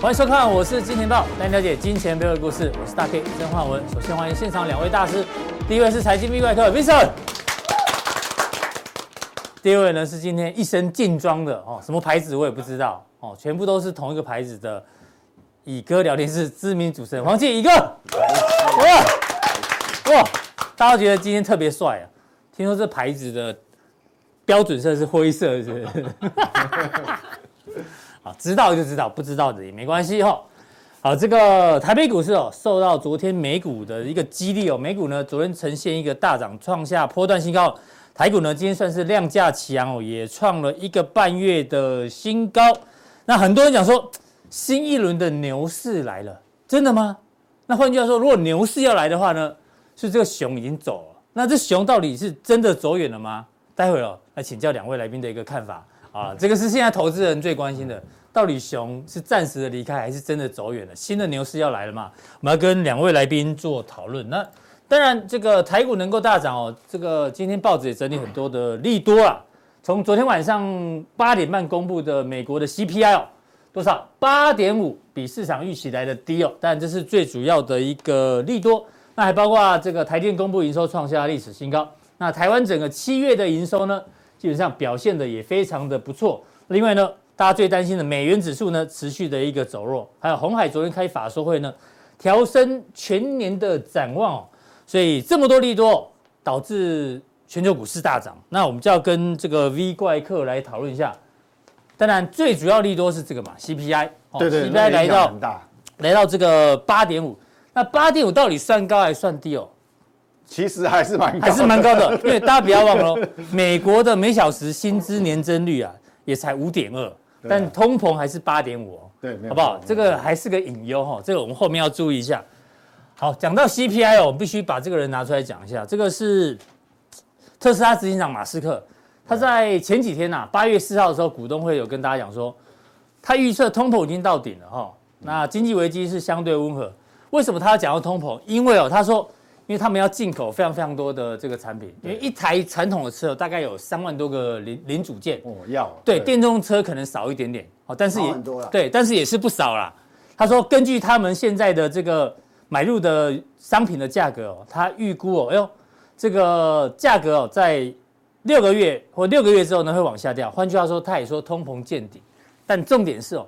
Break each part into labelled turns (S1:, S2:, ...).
S1: 欢迎收看，我是金钱豹，带你了解金钱背后的故事。我是大 K 曾焕文。首先欢迎现场两位大师，第一位是财经密怪客 Vincent，第二位呢是今天一身劲装的哦，什么牌子我也不知道哦，全部都是同一个牌子的乙哥聊天室知名主持人黄健乙哥。哇哇，大家觉得今天特别帅啊！听说这牌子的标准色是灰色，是不是？啊，知道就知道，不知道的也没关系哈、好，这个台北股市哦，受到昨天美股的一个激励哦，美股呢昨天呈现一个大涨，创下波段新高。台股呢今天算是量价齐扬哦，也创了一个半月的新高。那很多人讲说，新一轮的牛市来了，真的吗？那换句话说，如果牛市要来的话呢，是这个熊已经走了。那这熊到底是真的走远了吗？待会哦，来请教两位来宾的一个看法啊，这个是现在投资人最关心的，到底熊是暂时的离开，还是真的走远了？新的牛市要来了嘛？我们要跟两位来宾做讨论。那当然，这个台股能够大涨哦，这个今天报纸也整理很多的利多啊，从昨天晚上八点半公布的美国的 CPI 哦，多少？八点五，比市场预期来的低哦。但这是最主要的一个利多。那还包括这个台电公布营收创下历史新高。那台湾整个七月的营收呢，基本上表现的也非常的不错。另外呢，大家最担心的美元指数呢，持续的一个走弱，还有红海昨天开法说会呢，调升全年的展望哦。所以这么多利多，导致全球股市大涨。那我们就要跟这个 V 怪客来讨论一下。当然，最主要利多是这个嘛，CPI，哦
S2: 对对，
S1: ，CPI
S2: 那个
S1: 来
S2: 影响
S1: 到
S2: 很大。
S1: 来到这个八点五，那八点五到底算高还算低哦？
S2: 其实还是蛮高
S1: 还
S2: 的
S1: 是蛮高的，因为大家不要忘了哦，美国的每小时薪资年增率啊也才五点二，但通膨还是八点五哦，
S2: 啊对没有
S1: 好不好
S2: 错？
S1: 这个还是个隐忧哈，这个我们后面要注意一下。好，讲到 CPI 哦，我们必须把这个人拿出来讲一下，这个是特斯拉执行长马斯克，他在前几天呐、啊，八月四号的时候，股东会有跟大家讲说，他预测通膨已经到顶了哈、那经济危机是相对温和。为什么他要讲到通膨？因为哦，他说，因为他们要进口非常非常多的这个产品，因为一台传统的车大概有三万多个零零组件，
S2: 哦，要
S1: 对，电动车可能少一点点，哦，但是也
S3: 少很多啦
S1: 对，但是也是不少啦。他说，根据他们现在的这个买入的商品的价格哦，他预估哦，哎呦，这个价格哦，在六个月或六个月之后呢会往下掉。换句话说，他也说通膨见底，但重点是哦，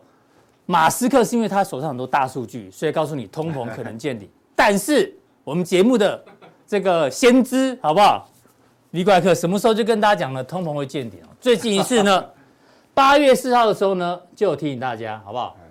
S1: 马斯克是因为他手上很多大数据，所以告诉你通膨可能见 底。但是我们节目的这个先知好不好？李怪客什么时候就跟大家讲了通膨会见底哦？最近一次呢，八月四号的时候呢，就有提醒大家，好不好？
S2: 嗯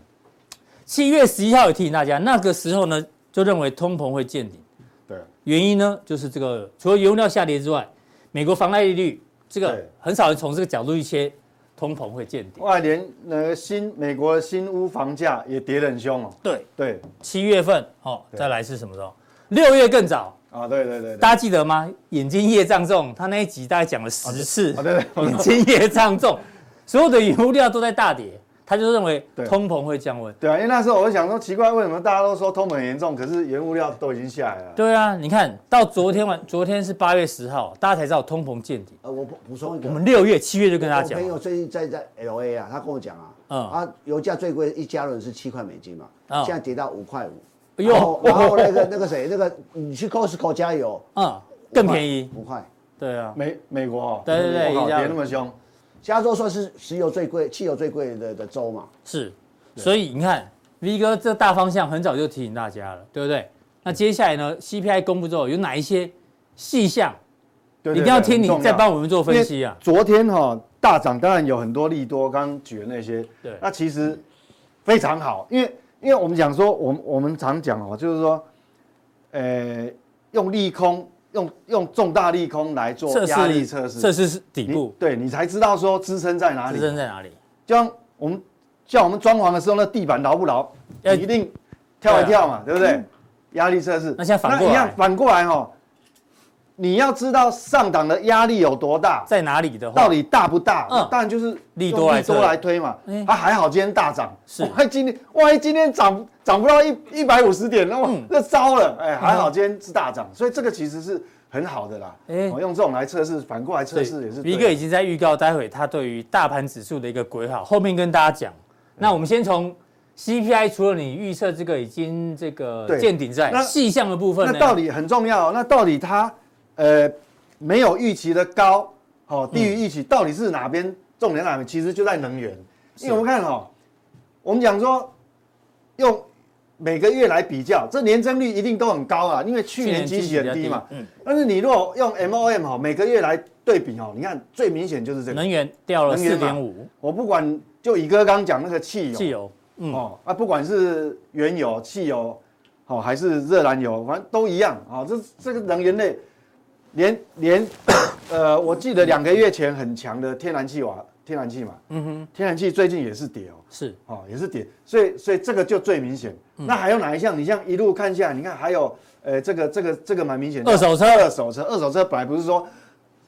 S1: 七月十一号也提醒大家，那个时候呢，就认为通膨会见顶。
S2: 对
S1: 原因呢，就是这个除了油料下跌之外，美国房贷利率这个
S2: 对
S1: 很少人从这个角度去切通膨会见顶。
S2: 哇，连那个新美国的新屋房价也跌得很凶哦。
S1: 对，
S2: 对
S1: 七月份哦，
S2: 对
S1: 再来是什么时候？六月更早，
S2: 啊，对对对对，
S1: 大家记得吗？眼睛夜障重，他那一集大概讲了十次，
S2: 啊对对 对
S1: 眼睛夜障重，所有的油料都在大跌，他就认为
S2: 对
S1: 通膨会降温。
S2: 对啊，因为那时候我就想说，奇怪，为什么大家都说通膨很严重，可是原物料都已经下来了？
S1: 对啊，你看到昨天晚，昨天是八月十号，大家才知道通膨见底。
S3: 呃，我补补充一个，
S1: 我们六月、七月就跟大家
S3: 我朋
S2: 哦
S1: 讲，
S3: 友最近在在 L A 啊，他跟我讲啊，
S1: 嗯
S3: 啊，油价最贵一加仑是七块美金嘛，
S1: 嗯
S3: 现在跌到五块五，
S1: 哎呦
S3: 然
S2: 哦
S3: 后然后那个那个谁，那个你去 Costco 加油，
S1: 嗯，更便宜。
S3: 五块，
S1: 对啊，
S2: 美美国哦，
S1: 对对对
S2: 哇
S1: 一样
S2: 跌那么凶，
S3: 加州算是石油最贵、汽油最贵的的州嘛，
S1: 是。所以你看，V 哥这大方向很早就提醒大家了，对不对？那接下来呢，CPI 公布之后有哪一些细项，
S2: 对
S1: 一定要听你再帮
S2: 我
S1: 我们做分析啊？
S2: 昨天哈大涨，当然有很多利多，刚刚举的那些，
S1: 对
S2: 那其实非常好，因为因为我们讲说，我们我们常讲哦，就是说，呃，用利空，用用重大利空来做哦压力测试，
S1: 这是底
S2: 你
S1: 部，
S2: 对你才知道说支撑在哪里
S1: 支。撑在哪里？
S2: 就像我们像我们装潢的时候，那地板牢不牢？
S1: 要
S2: 你一定跳
S1: 对
S2: 一
S1: 啊
S2: 跳嘛，对不对？压力测试。
S1: 那现在反过来
S2: 那一样反过来哈，哦你要知道上档的压力有多大，
S1: 在哪里的话，
S2: 到底大不大？
S1: 嗯
S2: 当然就是
S1: 利
S2: 用
S1: 多来
S2: 利多
S1: 测
S2: 来推嘛
S1: 嗯。
S2: 啊，还好今天大涨，
S1: 是
S2: 万一今天万一今天涨涨不到一一百五十点，那我
S1: 嗯
S2: 那糟了。哎，还好今天是大涨，所以这个其实是很好的啦。哦
S1: 哎
S2: 我用这种来测试，反过来测
S1: 对
S2: 试也是对
S1: ，V
S2: 的。
S1: 哥已经在预告，待会他对于大盘指数的一个规划，后面跟大家讲。那我们先从 CPI，除了你预测这个已经这个
S2: 对
S1: 见顶在
S2: 那
S1: 细项的部分呢，
S2: 那到底很重要哦、那到底它呃没有预期的高，哦，低于预期，到底是哪边重点在哪边？其实就在能源，因为我们看哦，我们讲说用每个月来比较，这年增率一定都很高啊，因为去年基期很低嘛。
S1: 嗯，
S2: 但是你如果用 MOM 哦，每个月来对比哦，你看最明显就是这个
S1: 能。源掉了
S2: 能
S1: 四
S2: 源嘛
S1: 点五，
S2: 我不管，就以哥刚讲那个汽油，
S1: 汽油，嗯，
S2: 哦，啊，不管是原油、汽油，哦，还是热燃油，反正都一样啊、哦。这这个能源类，连连，呃，我记得两个月前很强的天然气哇，天然气嘛，嗯哼，天然气最近也是跌哦，
S1: 是
S2: 哦，也是跌，所以所以这个就最明显。那还有哪一项？你像一路看下来，你看还有，呃，这个这个这个蛮明显的，
S1: 二手车
S2: 二手车，二手车本来不是说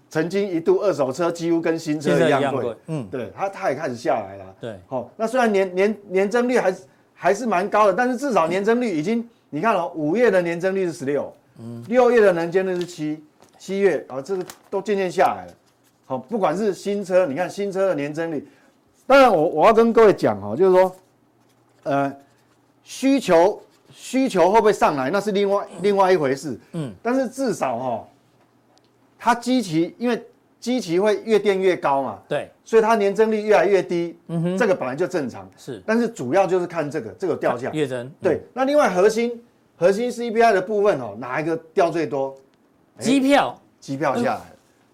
S2: 曾经一度二手车几乎跟新车
S1: 现在
S2: 一
S1: 一
S2: 样
S1: 样
S2: 贵
S1: 贵，，嗯，
S2: 对，它它也开始下来了。
S1: 对，
S2: 好、那虽然年年年增率还是还是蛮高的，但是至少年增率已经，你看哦，五月的年增率是十六，嗯，六月的年增率是七，七月啊、这个都渐渐下来了。好、不管是新车，你看新车的年增率，当然我我要跟各位讲哦，就是说，呃，需求需求会不会上来，那是另外另外一回事，
S1: 嗯
S2: 嗯，但是至少哦，它基期因为基期会越垫越高嘛，
S1: 对，
S2: 所以它年增率越来越低，这个本来就正常。
S1: 嗯是啊
S2: 但是主要就是看这个，这个掉价。
S1: 月增，嗯
S2: 对，那另外核心核心 CPI 的部分哦，哪一个掉最多？哎
S1: 嗯，机票，
S2: 机票下来，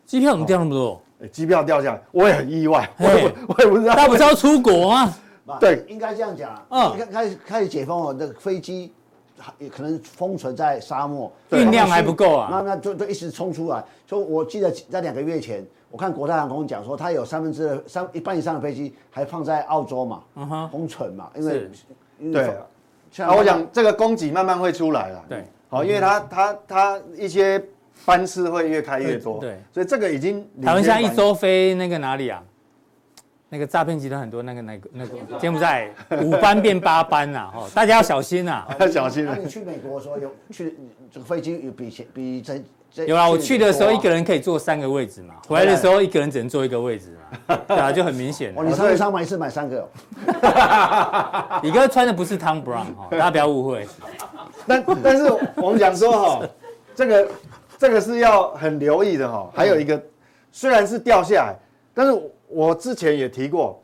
S1: 机票怎么掉那么多？
S2: 哎机票掉下来，我也很意外，
S1: 嗯嘿
S2: 我也不我也不知
S1: 大家
S2: 道
S1: 不。是要出国吗？
S3: 嘛
S2: 对
S3: 啊应该这样讲啊。
S1: 嗯
S3: 嗯，开开始开始解封了，那个飞机还也可能封存在沙漠，
S1: 对运量
S3: 那
S1: 还不够啊
S3: 那那就就一直冲出来。所以我记得在两个月前，我看国泰航空讲说，它有三分之二三一半以上的飞机还放在澳洲嘛，
S1: 嗯哼
S3: 封存嘛，因为
S1: 是
S3: 因为
S2: 对，
S3: 像
S2: 啊，我讲这个供给慢慢会出来了。
S1: 对，
S2: 好，因为它它它一些班次会越开越多，
S1: 对对
S2: 所以这个已经领先
S1: 台湾现在一
S2: 反应
S1: 周飞那个哪里啊？那个诈骗集团很多，那个那个那个柬埔寨五班变八班呐、啊，哦，大家要小心呐、
S2: 要 小心
S3: 那
S2: 了。
S3: 你去美国的时候有去这个飞机有比前比这这
S1: 有啦，啊我去的时候
S2: 啊
S1: 一个
S3: 人。
S1: 人可以坐三个位置嘛，回来的时候一个人只能坐一个位置 嘛，对啊，就很明显
S3: 哦，
S1: 了。
S3: 你上次上买一次买三个哦，
S1: 李哥穿的不是 Tom Brown 哦，大家不要误 会。
S2: 但但是我们讲 说哈，这个这个是要很留意的
S1: 嗯
S2: 哈。还有一个，虽然是掉下来，但是我之前也提过，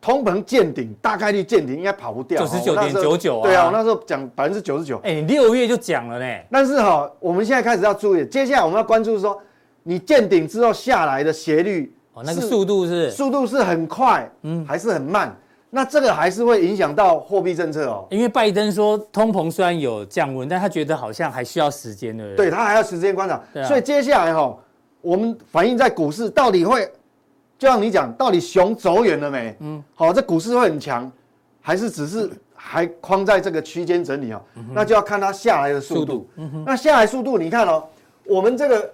S2: 通膨见顶，大概率见顶，应该跑不掉。
S1: 99.99
S2: 我那时候
S1: 啊
S2: 对啊，我那时候讲百分之九十九。
S1: 哎、你六月就讲了呢，
S2: 但是哈，我们现在开始要注意，接下来我们要关注说，你见顶之后下来的斜率，
S1: 哦，那个速度是，
S2: 速度是很快，嗯，还是很慢？那这个还是会影响到货币政策哦。
S1: 因为拜登说通膨虽然有降温，但他觉得好像还需要时间，对不对？
S2: 对，它还要时间观察。
S1: 对啊
S2: 所以接下来哈、我们反映在股市到底会，就像你讲，到底熊走远了没？嗯，好、这股市会很强，还是只是还框在这个区间整理哦？那就要看它下来的速度。
S1: 嗯速度嗯
S2: 那下来速度，你看哦，我们这个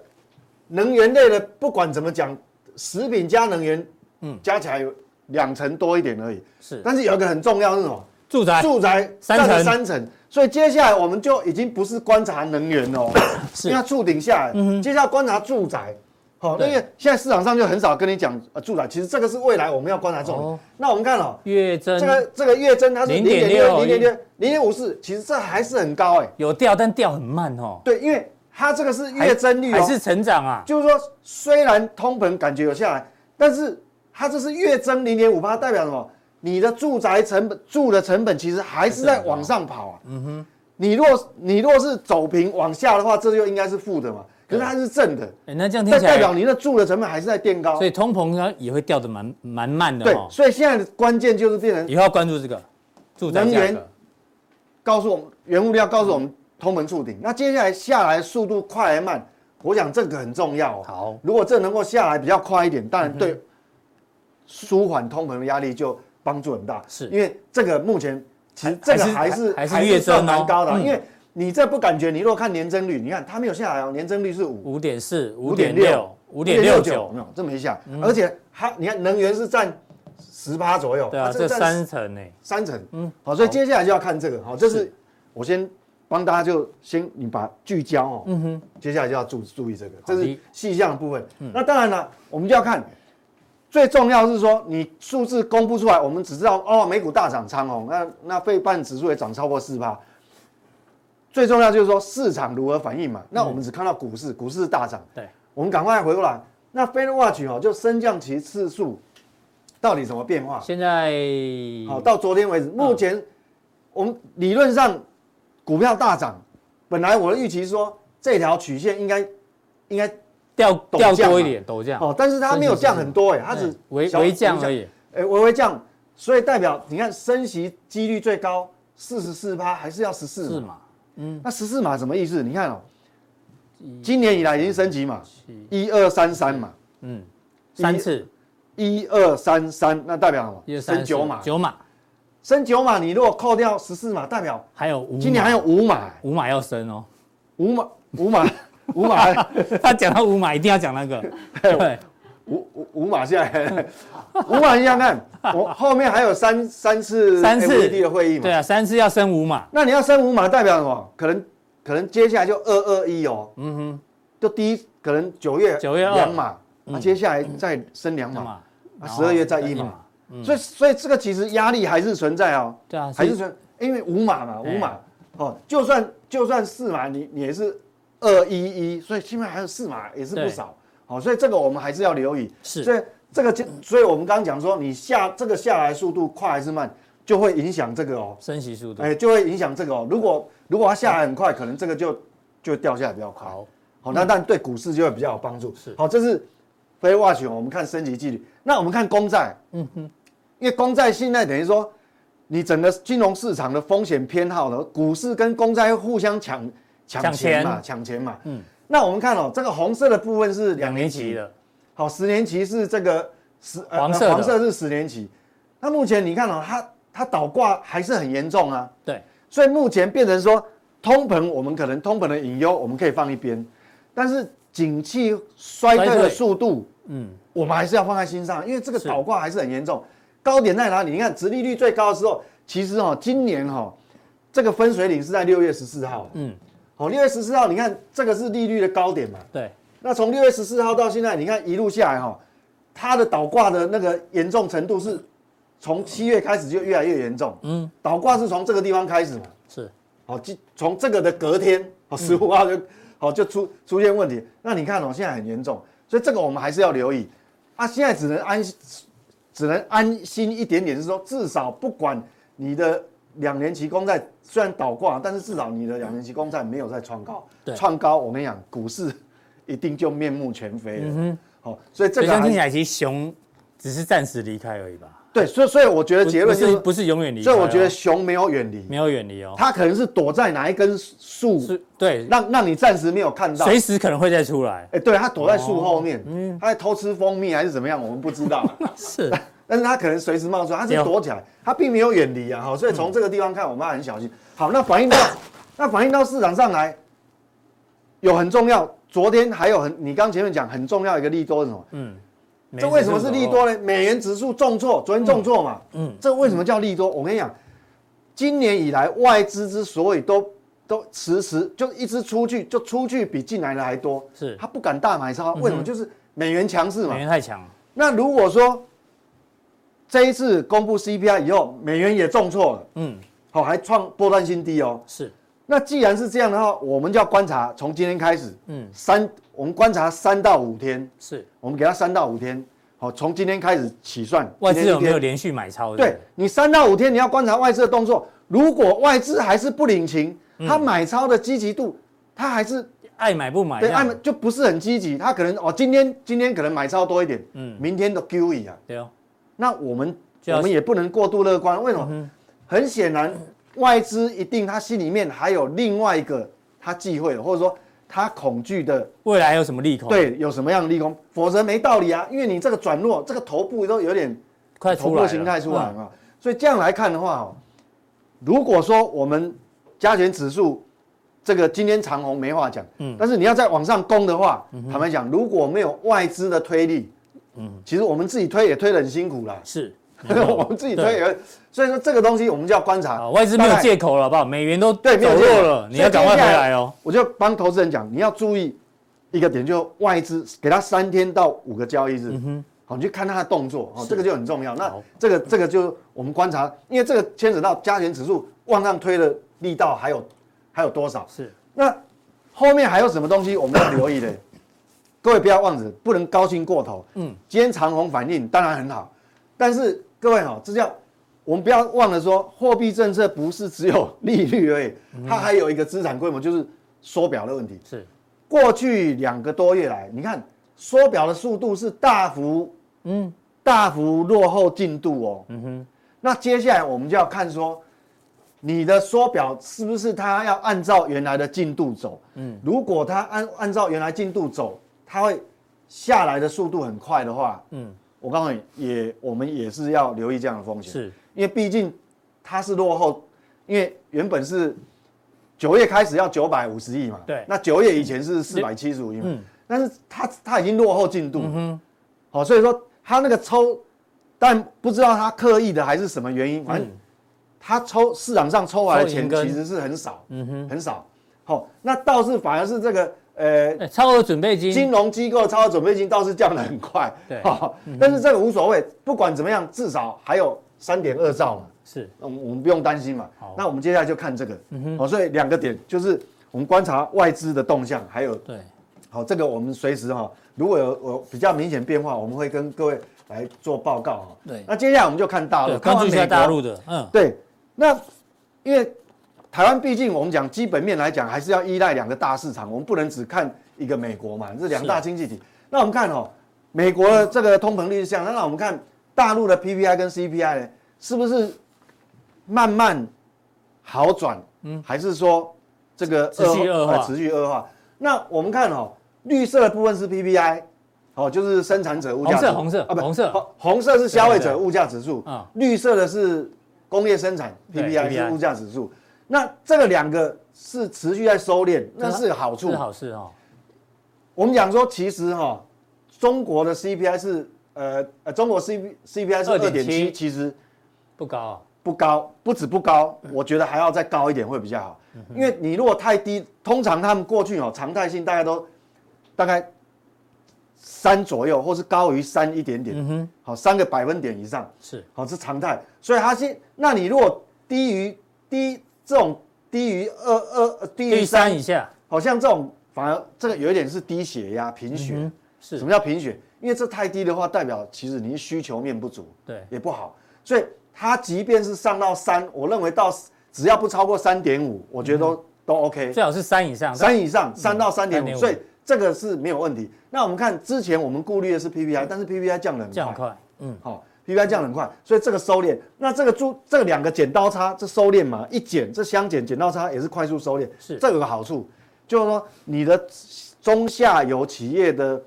S2: 能源类的，不管怎么讲，食品加能源，嗯，加起来有两成多一点而已。
S1: 是
S2: 但是有一个很重要是什么？
S1: 住宅
S2: 住宅
S1: 哎三
S2: 占了
S1: 成
S2: 三成，所以接下来我们就已经不是观察能源哦，
S1: 是嗯
S2: 因为它触顶下来，接下来观察住宅。好、
S1: 对
S2: 因为现在市场上就很少跟你讲呃住宅，其实这个是未来我们要观察重点。
S1: 哦
S2: 那我们看哦，
S1: 月增
S2: 这个这个月增它是零点
S1: 0.6
S2: 六、零点六、零点五四，其实这还是很高哎。
S1: 有掉，但掉很慢哦，
S2: 对，因为它这个是
S1: 还
S2: 月增率哦，
S1: 还是成长啊？
S2: 就是说，虽然通膨感觉有下来，但是它这是月增零点五八，代表什么？你的住宅成本、住的成本其实还是在往上跑啊。嗯哼，你若你若是走平往下的话，这就应该是负的嘛。可是它是正的，
S1: 哎、那这样听
S2: 那
S1: 起来
S2: 代表你的住的成本还是在垫高
S1: 所。以通膨它也会掉的蛮蛮慢的
S2: 对
S1: 哦，。
S2: 所以现在的关键就是变成
S1: 以后要关注这个住宅价
S2: 能
S1: 格
S2: 源。告诉我们原物料告诉我们通膨触顶，那接下来下来速度快还慢，我想这个很重要、哦。
S1: 好，嗯
S2: 如果这能够下来比较快一点，当然对舒缓通膨的压力就帮助很大。
S1: 是
S2: 因为这个目前其实这个
S1: 还
S2: 还
S1: 是
S2: 是
S1: 还还是月增哦
S2: 算蛮高的啊，
S1: 嗯
S2: 因为你这不感觉？你如果看年增率，你看它没有下来哦，年增率是五
S1: 五点四、五点六、五点六九嗯
S2: 有，没有哦这么一下？而且它你看能源是占十趴左右，
S1: 对啊，
S2: 它
S1: 这
S2: 占
S1: 三层呢，
S2: 三成，嗯，好，所以接下来就要看这个，好，这是我先帮大家就先你把聚焦哦，嗯哼，接下来就要注注意这个，这是
S1: 的
S2: 细项的嗯部分。那当然了，我们就要看最重要是说你数字公布出来，我们只知道哦，美股大涨长虹，那那费半指数也涨超过四趴。最重要就是说市场如何反应嘛，那我们只看到股市，股市大涨，
S1: 对，
S2: 我们赶快回过来。那 Fed Watch 哦，就升降其次数到底怎么变化？
S1: 现在嗯
S2: 好，到昨天为止，目前我们理论上股票大涨，本来我的预期说这条曲线应该应该
S1: 掉
S2: 陡
S1: 掉
S2: 降
S1: 多一
S2: 嘛
S1: 点，陡降，
S2: 哦，但是它没有降很多哎，它只
S1: 嗯微
S2: 小
S1: 微降而，已，
S2: 哎，微微降，所以代表你看升息几率最高四十四趴，还是要十
S1: 是
S2: 四码？
S1: 嘛？
S2: 那十四码什么意思？你看哦，今年以来已经升级嘛，一二三三嘛，
S1: 嗯，三
S2: 一
S1: 次，
S2: 一二三三，那代表
S1: 嗯
S2: 什
S1: 一
S2: 么？
S1: 二三
S2: 升
S1: 四
S2: 九码，
S1: 九码，
S2: 升九码，你如果扣掉十四码，代表
S1: 还有五，
S2: 今年还有五码。哎
S1: 五码要升哦。
S2: 五马五马五马
S1: 他讲到五码，一定要讲那 个，对，
S2: 五五五马下来了，五马你想看，我后面还有三三次
S1: 三次
S2: FED 的会议嘛？
S1: 对啊，三次要升五码，
S2: 那你要升五码代表什么？可能可能接下来就二二一哦，嗯哼，就第一可能九月
S1: 9月二
S2: 两码，啊接下来再升两
S1: 干
S2: 码，
S1: 嘛？
S2: 啊十二月再一
S1: 然后
S2: 码，所以所以这个其实压力还是存在哦，
S1: 对啊，
S2: 还
S1: 还
S2: 是
S1: 是
S2: 存，因为五码嘛，
S1: 哎
S2: 五码哦，就算就算四码，你你也是二一一，所以现在还有四码也是不
S1: 对
S2: 少，好、所以这个我们还是要留意。所
S1: 是
S2: 以这个就，所以我们刚刚讲说，你下这个下来速度快还是慢，就会影响这个哦，
S1: 升息速度
S2: 哎、。就会影响这个哦。如果如果它下来很快，可能这个就就掉下来比较快。
S1: 好，嗯
S2: 好，那但对股市就会比较有帮助。
S1: 是
S2: 好，这是非 watch 哦我们看升级纪律。那我们看公债，嗯哼，因为公债现在等于说，你整个金融市场的风险偏好呢，股市跟公债会互相抢抢
S1: 抢
S2: 钱
S1: 钱
S2: 嘛，抢钱嘛。
S1: 嗯，
S2: 那我们看哦，这个红色的部分是两
S1: 两
S2: 年
S1: 年
S2: 期
S1: 期
S2: 的，
S1: 的，
S2: 好，十年期是这个十呃
S1: 黄色的
S2: 黄色是十年期。那目前你看哦，它它倒挂还是很严重啊。
S1: 对，
S2: 所以目前变成说，通膨我们可能通膨的隐忧我们可以放一边，但是景气衰退
S1: 衰
S2: 的
S1: 退
S2: 速度，
S1: 嗯，
S2: 我们还是要放在心上，因为这个
S1: 是
S2: 倒挂还是很严重。高点在哪里？你看，殖利率最高的时候，其实哈、哦，今年哈、哦，这个分水岭是在六月十四号。
S1: 嗯，
S2: 好、六月十四号，你看这个是利率的高点嘛？
S1: 对，
S2: 那从六月十四号到现在，你看一路下来哈、哦，它的倒挂的那个严重程度是从七月开始就越来越严重。嗯，倒挂是从这个地方开始嘛？
S1: 是
S2: 好，就从这个的隔天，好十五号就
S1: 嗯
S2: 好就出出现问题。那你看哦，现在很严重，所以这个我们还是要留意。啊，现在只能安只能安心一点点，是说至少不管你的两年期公债虽然倒挂，但是至少你的两年期公债没有再创高
S1: 对，
S2: 创高我跟你讲，股市一定就面目全非
S1: 嗯
S2: 了。好，所以这
S1: 所以
S2: 个
S1: 这样听起
S2: 还
S1: 来，其实熊只是暂时离开而已吧？
S2: 对，所以所以我觉得
S1: 不
S2: 结论
S1: 不
S2: 就是
S1: 是，不是永远离开
S2: 所
S1: 哦，
S2: 以我觉得熊没有远离，
S1: 没有远离哦，
S2: 它可能是躲在哪一根树
S1: 是对，
S2: 让让你暂时没有看到。
S1: 随时可能会再出来
S2: 哎、，对，它躲在树后
S1: 哦
S2: 面，嗯，它在偷吃蜂蜜还是怎么样，我们不知道 啊。
S1: 是
S2: 但是它可能随时冒出来，它是
S1: 对哦
S2: 躲起来，它并没有远离啊，好，所以从这个地方看，我们要很小心。好，那反映到，那反映到市场上来，有很重要，昨天还有很，你刚前面讲很重要一个利多是什么？
S1: 没
S2: 这为什么是
S1: 指数哦
S2: 利
S1: 走
S2: 多呢？美元指数重挫，昨天重挫嘛，嗯，这为什么叫利多？我跟你讲，今年以来外资之所以都都迟迟就一直出去，就出去比进来的还多，
S1: 是
S2: 他不敢大买超，为什么？就是美元强势
S1: 弱
S2: 嘛
S1: 美。元太强了，
S2: 那如果说这一次公布 CPI 以后，美元也重挫了，
S1: 嗯，
S2: 好、还创波段新低哦。
S1: 是
S2: 那既然是这样的话，我们就要观察，从今天开始，嗯
S1: 嗯，
S2: 三，我们观察三到五天，
S1: 是，
S2: 我们给它三到五天，好，从今天开始起算，
S1: 外资有没有
S2: 今天一天？
S1: 连续买超？
S2: 对，你三到五天你要观察外资的动作，如果外资还是不领情，
S1: 嗯
S2: 他买超的积极度，他还是
S1: 爱买不买这
S2: 对，
S1: 样，
S2: 按就不是很积极，他可能哦，今天今天可能买超多一点，嗯，明天的 QE 啊，
S1: 对哦，
S2: 那我们
S1: 就要嗯
S2: 我们也不能过度乐观，为什么？很显然，外资一定他心里面还有另外一个他忌讳的，或者说他恐惧的，
S1: 未来还有什么利空？，
S2: 对，有什么样的利空？否则没道理啊，因为你这个转弱，这个头部都有点
S1: 快
S2: 头
S1: 出
S2: 部
S1: 来
S2: 的
S1: 了，
S2: 形态出来
S1: 嗯，
S2: 嘛。所以这样来看的话，哦，如果说我们加权指数这个今天长虹没话讲，嗯，但是你要再往上攻的话，坦白讲，如果没有外资的推力，嗯，其实我们自己推也推得很辛苦啦
S1: 是，
S2: 我们自己推也，所以说这个东西我们就要观察
S1: 嗯啊，。外资没有
S2: 大概
S1: 借口了，好不好？美元都走
S2: 对没有借口
S1: 弱了，你要赶快回来哦。
S2: 我就帮投资人讲，你要注意一个点，就外资给他三天到五个交易日，好，你去看他的动作，哦，这个就很重要。那
S1: 嗯好
S2: 这个这个就我们观察，因为这个牵扯到加权指数往上推的力道还有还有多少？
S1: 是，
S2: 那后面还有什么东西我们要留意的？各位不要忘记，不能高兴过头。
S1: 嗯
S2: 嗯，今天长虹反应当然很好，但是各位哦，这叫我们不要忘了说，货币政策不是只有利率而已，它还有一个资产规模，就是缩表的问题。
S1: 是，
S2: 过去两个多月来，你看缩表的速度是大幅
S1: 嗯，
S2: 大幅落后进度哦。嗯哼，那接下来我们就要看说，你的缩表是不是它要按照原来的进度走？嗯，如果它按按照原来进度走，它会下来的速度很快的话，
S1: 嗯
S2: 嗯，我告诉你，也我们也是要留意这样的风险，
S1: 是，
S2: 因为毕竟它是落后，因为原本是九月开始要九百五十亿嘛，
S1: 对
S2: 那九月以前是四百七十五亿嘛，
S1: 嗯
S2: 但是它它已经落后进度，嗯，好、所以说它那个抽，但不知道它刻意的还是什么原因，反正它抽市场上抽回来的
S1: 抽银
S2: 钱
S1: 根
S2: 其实是很少，嗯哼，很少，好、那倒是反而是这个呃
S1: 哎超额准备金，
S2: 金融机构超额准备金倒是降得很快，
S1: 对
S2: 哈但是这个无所谓，不管怎么样，至少还有三点二兆嘛，
S1: 是，
S2: 那我们我们不用担心嘛
S1: 好。嗯
S2: 那我们接下来就看这个，哦，所以两个点就是我们观察外资的动向，还有
S1: 对，
S2: 好这个我们随时哈、如果有有比较明显变化，我们会跟各位来做报告哈、
S1: 对
S2: 那接下来我们就看大
S1: 对，
S2: 陆，
S1: 关注一下
S2: 看完美国
S1: 大陆的，嗯，
S2: 对，那因为台湾毕竟我们讲基本面来讲，还是要依赖两个大市场，我们不能只看一个美国嘛，这两大经济体。那我们看哦，美国的这个通膨率是这样，那让我们看大陆的 PPI 跟 CPI 呢，是不是慢慢好转？嗯，还是说这个
S1: 持续恶化
S2: 呃持续恶化？那我们看哦，绿色的部分是 PPI。哦，就是生产者物价
S1: 红
S2: 指
S1: 色
S2: 数，
S1: 红色
S2: 啊，不，
S1: 红色
S2: 红色是消费
S1: 对对
S2: 者
S1: 对
S2: 物价指数
S1: 嗯，
S2: 绿色的是工业生产
S1: 对
S2: PPI
S1: PPI
S2: 是物价指数。那这个两个是持续在收敛，那是好处
S1: 是。好事哦，
S2: 我们讲说，其实哈、中国的 CPI 是呃呃，中国 C CPI 是二点
S1: 2.7
S2: 七，其实
S1: 不高啊，
S2: 不高，不止不高，我觉得还要再高一点会比较好。因为你如果太低，通常他们过去哦常态性大概都大概三左右，或是高于三一点点，好三个百分点以上。
S1: 嗯是，
S2: 好、这是常态。所以它先，那你如果低于低这种低于二二呃低
S1: 第
S2: 于
S1: 三
S2: 三，
S1: 以下
S2: 好像这种反而这个有一点是低血压、贫血。
S1: 嗯是
S2: 什么叫贫血？因为这太低的话，代表其实你需求面不足，
S1: 对
S2: 也不好。所以它即便是上到三，我认为到只要不超过三点五，我觉得都、都 OK。
S1: 最好是三以上，
S2: 三以上，三到嗯三点
S1: 3.5
S2: 五，所以这个是没有问题。那我们看之前我们顾虑的是 PPI，但是 PPI 降得很
S1: 这样
S2: 快，
S1: 快，嗯，
S2: 好、p p i 降得很快，所以这个收敛，那这个猪这两个剪刀差，这收敛嘛，一剪这相减，剪刀差也是快速收敛，
S1: 是
S2: 这有个好处，就是说你的中下游企业的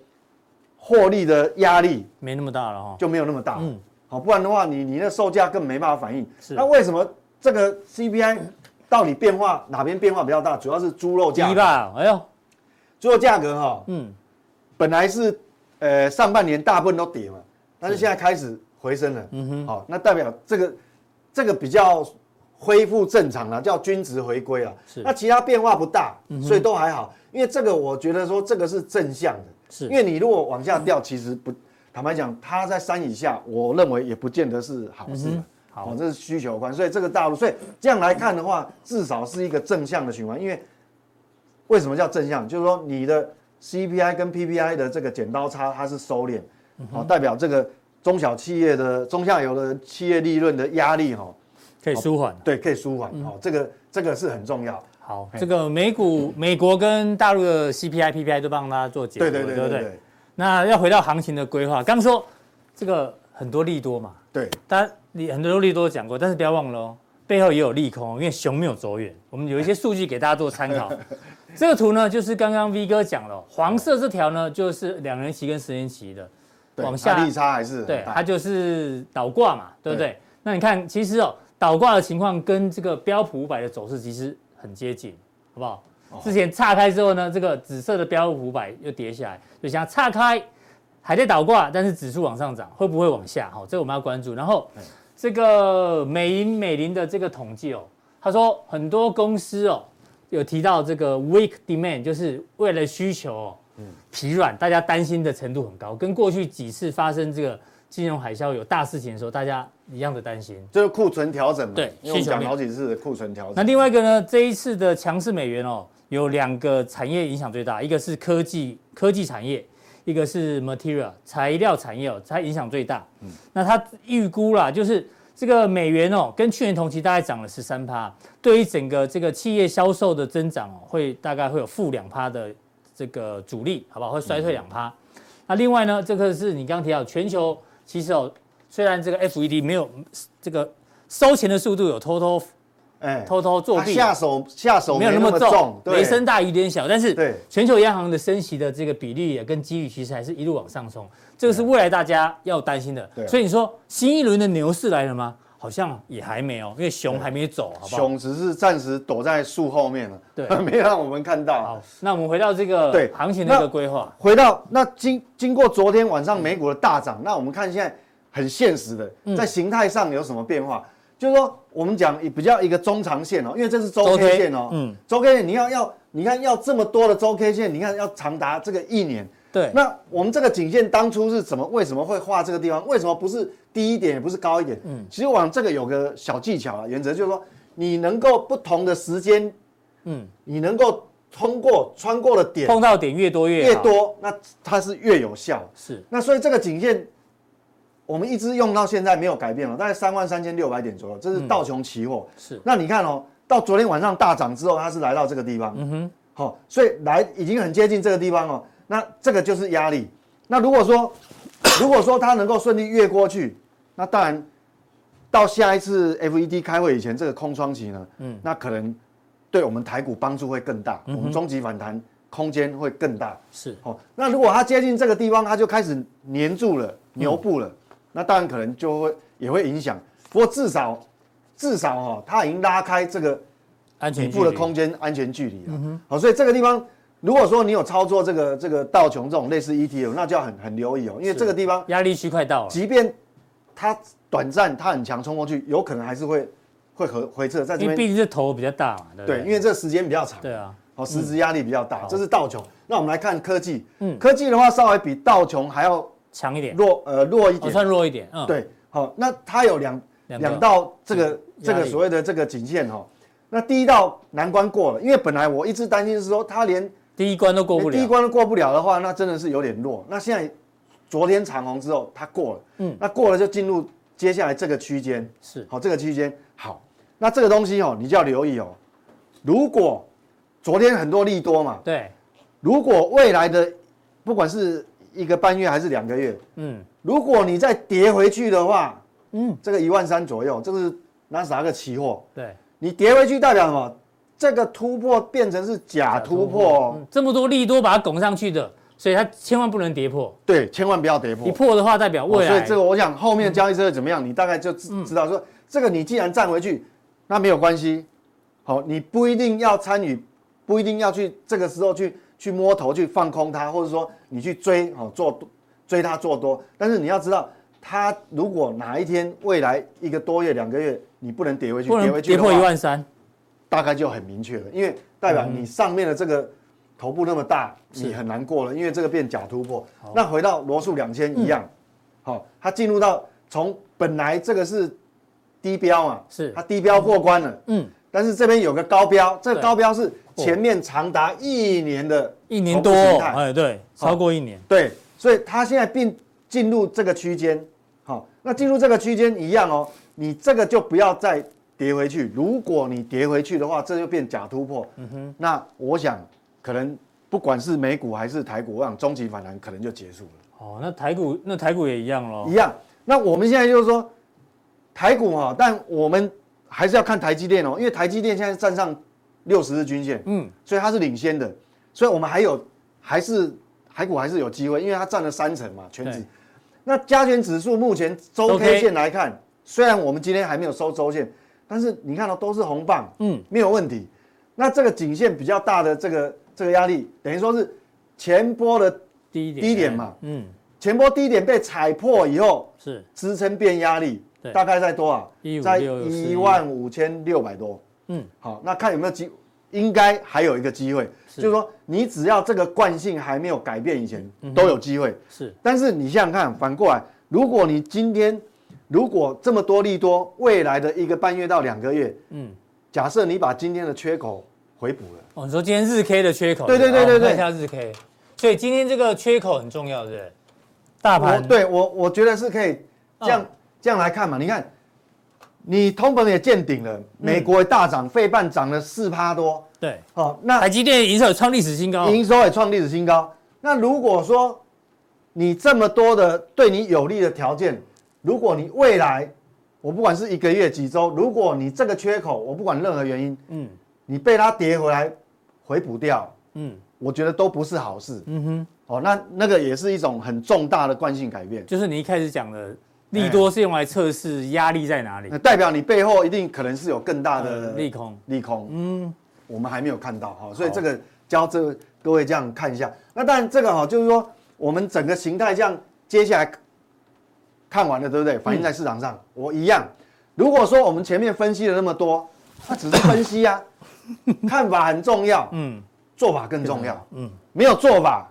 S2: 获利的压力
S1: 没那么大了哈，
S2: 就没有那么大，
S1: 嗯
S2: 嗯，好、不然的话你你的售价更没办法反应。
S1: 是
S2: 那为什么这个 CPI 到底变化哪边变化比较大？主要是猪肉价
S1: 低
S2: 格，
S1: 吧，哎呦，
S2: 猪肉价格哈、
S1: 嗯，
S2: 本来是呃上半年大部分都跌嘛，但是现在开始回升了。嗯哼，好、那代表这个这个比较恢复正常了，叫均值回归了。
S1: 是嗯
S2: 那其他变化不大，所以都还好。因为这个我觉得说这个是正向的，
S1: 是
S2: 因为你如果往下掉，其实不坦白讲，它在三以下，我认为也不见得是好事嘛。
S1: 嗯好
S2: 哦这是需求观，所以这个大陆，所以这样来看的话，至少是一个正向的循环，因为为什么叫正向？就是说你的 CPI 跟 PPI 的这个剪刀差，它是收敛，
S1: 嗯
S2: 好、代表这个中小企业的中下游的企业利润的压力哈、哦，
S1: 可以舒缓。
S2: 对，可以舒缓
S1: 嗯
S2: 哦，这个这个是很重要。
S1: 好，
S2: 嘿
S1: 这个美股、美国跟大陆的 CPI、PPI 都帮大家做解读
S2: 对
S1: 了，
S2: 对对
S1: 不
S2: 对对
S1: 那要回到行情的规划，刚说这个很多利多嘛，
S2: 对，
S1: 当然你很多利多讲过，但是不要忘了哦，背后也有利空哦，因为熊没有走远。我们有一些数据给大家做参 考。这个图呢，就是刚刚 V 哥讲了哦，黄色这条呢就是两年期跟十年期的，
S2: 对啊
S1: 往下
S2: 它利差还是很
S1: 对，
S2: 大
S1: 它就是倒挂嘛，对不对？
S2: 对
S1: 那你看，其实哦，倒挂的情况跟这个标普五百的走势其实很接近，好不好？之前岔开之后呢，这个紫色的标普五百又跌下来，就想岔开还在倒挂，但是指数往上涨，会不会往下？好、这个我们要关注。然后这个美银美林的这个统计哦，他说很多公司哦有提到这个 weak demand，就是为了需求哦疲软，大家担心的程度很高，跟过去几次发生这个金融海啸有大事情的时候，大家一样的担心。
S2: 就是库存调整嘛，
S1: 对
S2: 因为我们
S1: 需求
S2: 讲
S1: 面
S2: 好几次的库存调
S1: 那
S2: 整，
S1: 另外一个呢，这一次的强势美元哦，有两个产业影响最大，一个是科技科技产业，一个是 material 材料产业哦，它影响最大。那它预估啦，就是这个美元哦，跟去年同期大概涨了十三趴，对于整个这个企业销售的增长哦，会大概会有负两趴的这个阻力，好不好？会衰退两趴。那另外呢，这个是你刚刚提到，全球其实哦，虽然这个 FED 没有这个收钱的速度有偷偷
S2: 哎
S1: 偷偷作弊，
S2: 他下手下手
S1: 没有那么
S2: 么
S1: 重，
S2: 对
S1: 雷声大雨点小。但
S2: 对
S1: 是全球央行的升息的这个比率也跟机遇其实还是一路往上冲，这个是未来大家要担心的
S2: 对。
S1: 所以你说新一轮的牛市来了吗？好像也还没哦有，因为熊还没走，好不好？
S2: 熊只是暂时躲在树后面了，
S1: 对
S2: 没让我们看到。
S1: 好，那我们回到这个
S2: 对
S1: 行情的一
S2: 那
S1: 个规划，
S2: 回到那经经过昨天晚上美股的大涨，那我们看现在很现实的，在形态上有什么变化？就是说，我们讲比较一个中长线哦，因为这是周
S1: 周
S2: K
S1: K，
S2: 线哦，嗯
S1: 嗯，
S2: 周 K 线你要要，你看要这么多的周 K 线，你看要长达这个一年。
S1: 对，
S2: 那我们这个颈线当初是怎么？为什么会画这个地方？为什么不是低一点，也不是高一点？嗯，其实往这个有个小技巧啊，原则就是说，你能够不同的时间，嗯
S1: 嗯，
S2: 你能够通过穿过的点
S1: 碰到点越多越
S2: 越
S1: 好，
S2: 多，那它是越有效。
S1: 是
S2: 那所以这个颈线，我们一直用到现在没有改变了，哦大概三万三千六百点左右，这是道琼期货。
S1: 是
S2: 那你看哦，到昨天晚上大涨之后，它是来到这个地方，嗯哼，好、所以来已经很接近这个地方哦。那这个就是压力。那如果说， 如果说它能够顺利越过去，那当然到下一次 FED 开会以前，这个空窗期呢，嗯，那可能对我们台股帮助会更大，我们终极反弹空间会更大。
S1: 是
S2: 好、哦那如果它接近这个地方，它就开始粘住了、
S1: 嗯
S2: 牛步了，那当然可能就会也会影响。不过至少至少哈、哦，它已经拉开这个
S1: 安
S2: 底
S1: 全
S2: 部的
S1: 距离嗯
S2: 空间安全距离了。好、所以这个地方，如果说你有操作这个这个道琼这种类似 ETF，那就要很很留意哦，因为这个地方
S1: 压力区快到了，
S2: 即便它短暂它很强冲过去，有可能还是会会回回撤在
S1: 因
S2: 这
S1: 为毕
S2: 边。
S1: 竟这头比较大嘛，对不
S2: 对，
S1: 对？
S2: 因为这时间比较长。
S1: 对啊，
S2: 好，哦实质压力比较大，
S1: 好
S2: 这是道琼。那我们来看科技，
S1: 嗯
S2: 科技的话稍微比道琼还要
S1: 强一点，
S2: 弱，呃，弱一
S1: 我
S2: 点。
S1: 算弱一点，嗯，，
S2: 对，好，那它有两
S1: 两
S2: 两
S1: 道
S2: 道这个
S1: 嗯
S2: 这
S1: 压
S2: 个
S1: 力
S2: 所谓的这个颈线哈。那第一道难关过了，因为本来我一直担心是说它连
S1: 第一关都过不
S2: 连第一
S1: 了，
S2: 关都过不了的话，那真的是有点弱。那现在昨天长虹之后，它过了，嗯
S1: 嗯，
S2: 那过了就进入接下来这个区间，
S1: 是
S2: 好，这个区间好，那这个东西哦，你就要留意哦。如果昨天很多利多嘛，
S1: 对，
S2: 如果未来的不管是一个半月还是两个月，
S1: 嗯，
S2: 如果你再跌回去的话，嗯
S1: 嗯，
S2: 这个一万三左右，这个是纳斯达克期货，
S1: 对。
S2: 你跌回去代表什么？这个突破变成是假突破哦，
S1: 嗯这么多利多把它拱上去的，所以它千万不能跌破，
S2: 对，千万不要跌破
S1: 一。破的话代表
S2: 哦
S1: 未
S2: 所以
S1: 来嗯
S2: 这个我想后面交易策略怎么样，你大概就知知道说，这个你既然站回去，那没有关系，好，你不一定要参与，不一定要去这个时候去去摸头去放空它，或者说你去追，好做多追它做多，但是你要知道。它如果哪一天未来一个多月、两个月，你不能跌回去，
S1: 不
S2: 跌
S1: 能
S2: 回去
S1: 跌
S2: 的
S1: 破一
S2: 话，
S1: 万三，
S2: 大概就很明确了，因为代表
S1: 嗯
S2: 你上面的这个头部那么大，你很难过了，因为这个变假突破。那回到罗素两千
S1: 嗯
S2: 一样，好、它进入到从本来这个是低标嘛，
S1: 是
S2: 它低标过关了，
S1: 嗯，
S2: 但是这边有个高标，这个
S1: 对哦
S2: 高标是前面长达一年的
S1: 一年多
S2: 头部
S1: 哦，
S2: 形态
S1: 哎，对，超过一年，
S2: 对，所以它现在并进入这个区间，好、那进入这个区间一样哦，你这个就不要再跌回去。如果你跌回去的话，这就变假突破。嗯哼，那我想可能不管是美股还是台股，我想终极反弹可能就结束了，
S1: 哦，那台股那台股也一样喽
S2: 一，样。那我们现在就是说台股哈、但我们还是要看台积电哦，因为台积电现在站上六十日均线，
S1: 嗯，
S2: 所以它是领先的，所以我们还有还是海股还是有机会，因为它占了三成嘛，全指
S1: 对。
S2: 那加权指数目前周
S1: 周
S2: K
S1: K
S2: 线来看，哦虽然我们今天还没有收周线，但是你看到、都是红棒，嗯
S1: 嗯，
S2: 没有问题。那这个颈线比较大的这个这个压力，等于说是前波的
S1: 低点
S2: 低点嘛，
S1: 嗯，
S2: 前波低点被踩破以后，
S1: 是
S2: 支撑变压力
S1: 对，
S2: 大概在多少？
S1: 156
S2: 在
S1: 41
S2: 一万五千六百多。
S1: 嗯，
S2: 好，那看有没有机，应该还有一个机会，就是说你只要这个惯性还没有改变以前，都有机会。
S1: 是
S2: 但是你想想看，反过来，如果你今天如果这么多利多，未来的一个半月到两个月，
S1: 嗯，
S2: 假设你把今天的缺口回补了，
S1: 哦，你说今天日 K 的缺口，
S2: 对对对
S1: 好
S2: 对
S1: 我们看
S2: 对
S1: 一下日 K，所以今天这个缺口很重要，对不对？大
S2: 我
S1: 盘
S2: 对我我觉得是可以这样、
S1: 嗯
S2: 这样来看嘛。你看，你通膨也见顶
S1: 嗯
S2: 了，美国也大涨，费半涨了四趴多，
S1: 对，
S2: 哦，那
S1: 台积电营收创历史新高，
S2: 营收也创历史新高。那如果说你这么多的对你有利的条件，如果你未来，我不管是一个月几周，如果你这个缺口，我不管任何原因，
S1: 嗯
S2: 你被它跌回来回补掉，
S1: 嗯
S2: 我觉得都不是好事。
S1: 嗯哼，
S2: 哦，那那个也是一种很重大的惯性改变，
S1: 就是你一开始讲的利多是用来测试压力在哪里
S2: 那，代表你背后一定可能是有更大
S1: 呃
S2: 的
S1: 利空，
S2: 利空。
S1: 嗯
S2: 我们还没有看到哈，所以
S1: 好
S2: 这个教这个各位这样看一下。那当然这个哈，就是说我们整个形态这样接下来看完了，对不
S1: 嗯
S2: 对？反映在市场上，我一样。如果说我们前面分析了那么多，那只是分 析啊，看法很重要，
S1: 嗯
S2: 做法更重要。
S1: 嗯，
S2: 没有做法，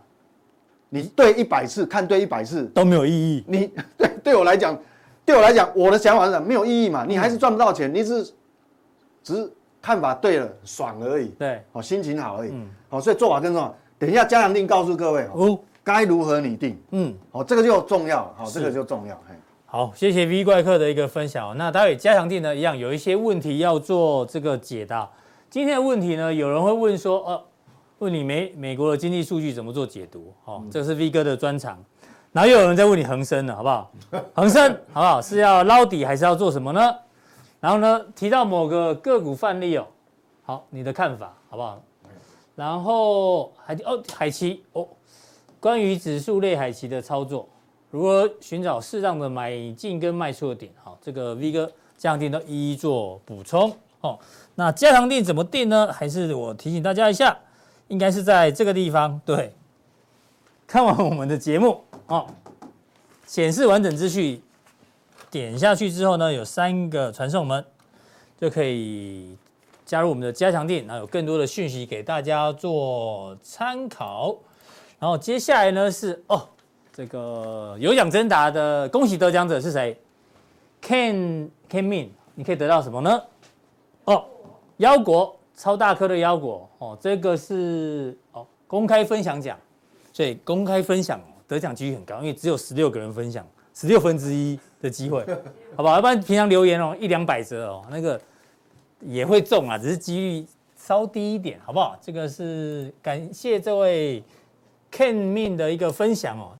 S2: 你对一百次看对一百次，
S1: 都没有意义，
S2: 你对对我来讲，对我来讲，我的想法是这样没有意义嘛，你还是赚不到钱，你只是只是看法对了，爽而已。
S1: 对，
S2: 好、心情好而已。好、
S1: 嗯
S2: 所以做法更重要。等一下嘉良定告诉各位，哦，
S1: 哦，
S2: 该如何拟定，
S1: 嗯。
S2: 好、这个就重要了，好、
S1: 是
S2: 这个就重要。嘿，
S1: 好，谢谢 V 怪客的一个分享哦。那待会加强地呢，一样有一些问题要做这个解答。今天的问题呢，有人会问说，呃，问你美美国的经济数据怎么做解读？哦，这是 V 哥的专长。然后又有人在问你恒生了，好不好？恒生好不好？是要捞底还是要做什么呢？然后呢，提到某个个股范例哦，好，你的看法好不好？然后海哦海奇哦，关于指数类海奇的操作，如何寻找适当的买进跟卖出的点？好，这个 V 哥加强定都一一做补充。哦，那加强定怎么定呢？还是我提醒大家一下，应该是在这个地方。对，看完我们的节目哦，显示完整资讯，点下去之后呢，有三个传送门，就可以加入我们的加强定，然后有更多的讯息给大家做参考。然后接下来呢是哦，这个有奖征答的，恭喜得奖者是谁？Ken Ken Min，你可以得到什么呢？哦，腰果超大颗的腰果哦，这个是哦公开分享奖，所以公开分享得奖几率很高，因为只有十六个人分享，十六分之一的机会，好不好？要不然平常留言哦，一两百折哦，那个也会中啊，只是几率稍低一点，好不好？这个是感谢这位 Ken Min 的一个分享哦。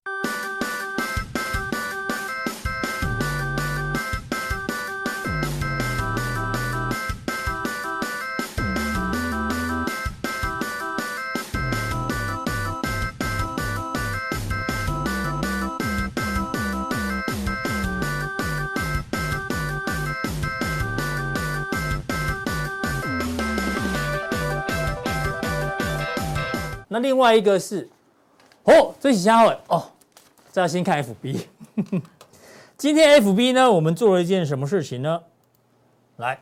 S1: 那另外一个是，哦，这几家伙哦，这要先看 FB。今天 FB 呢，我们做了一件什么事情呢？来，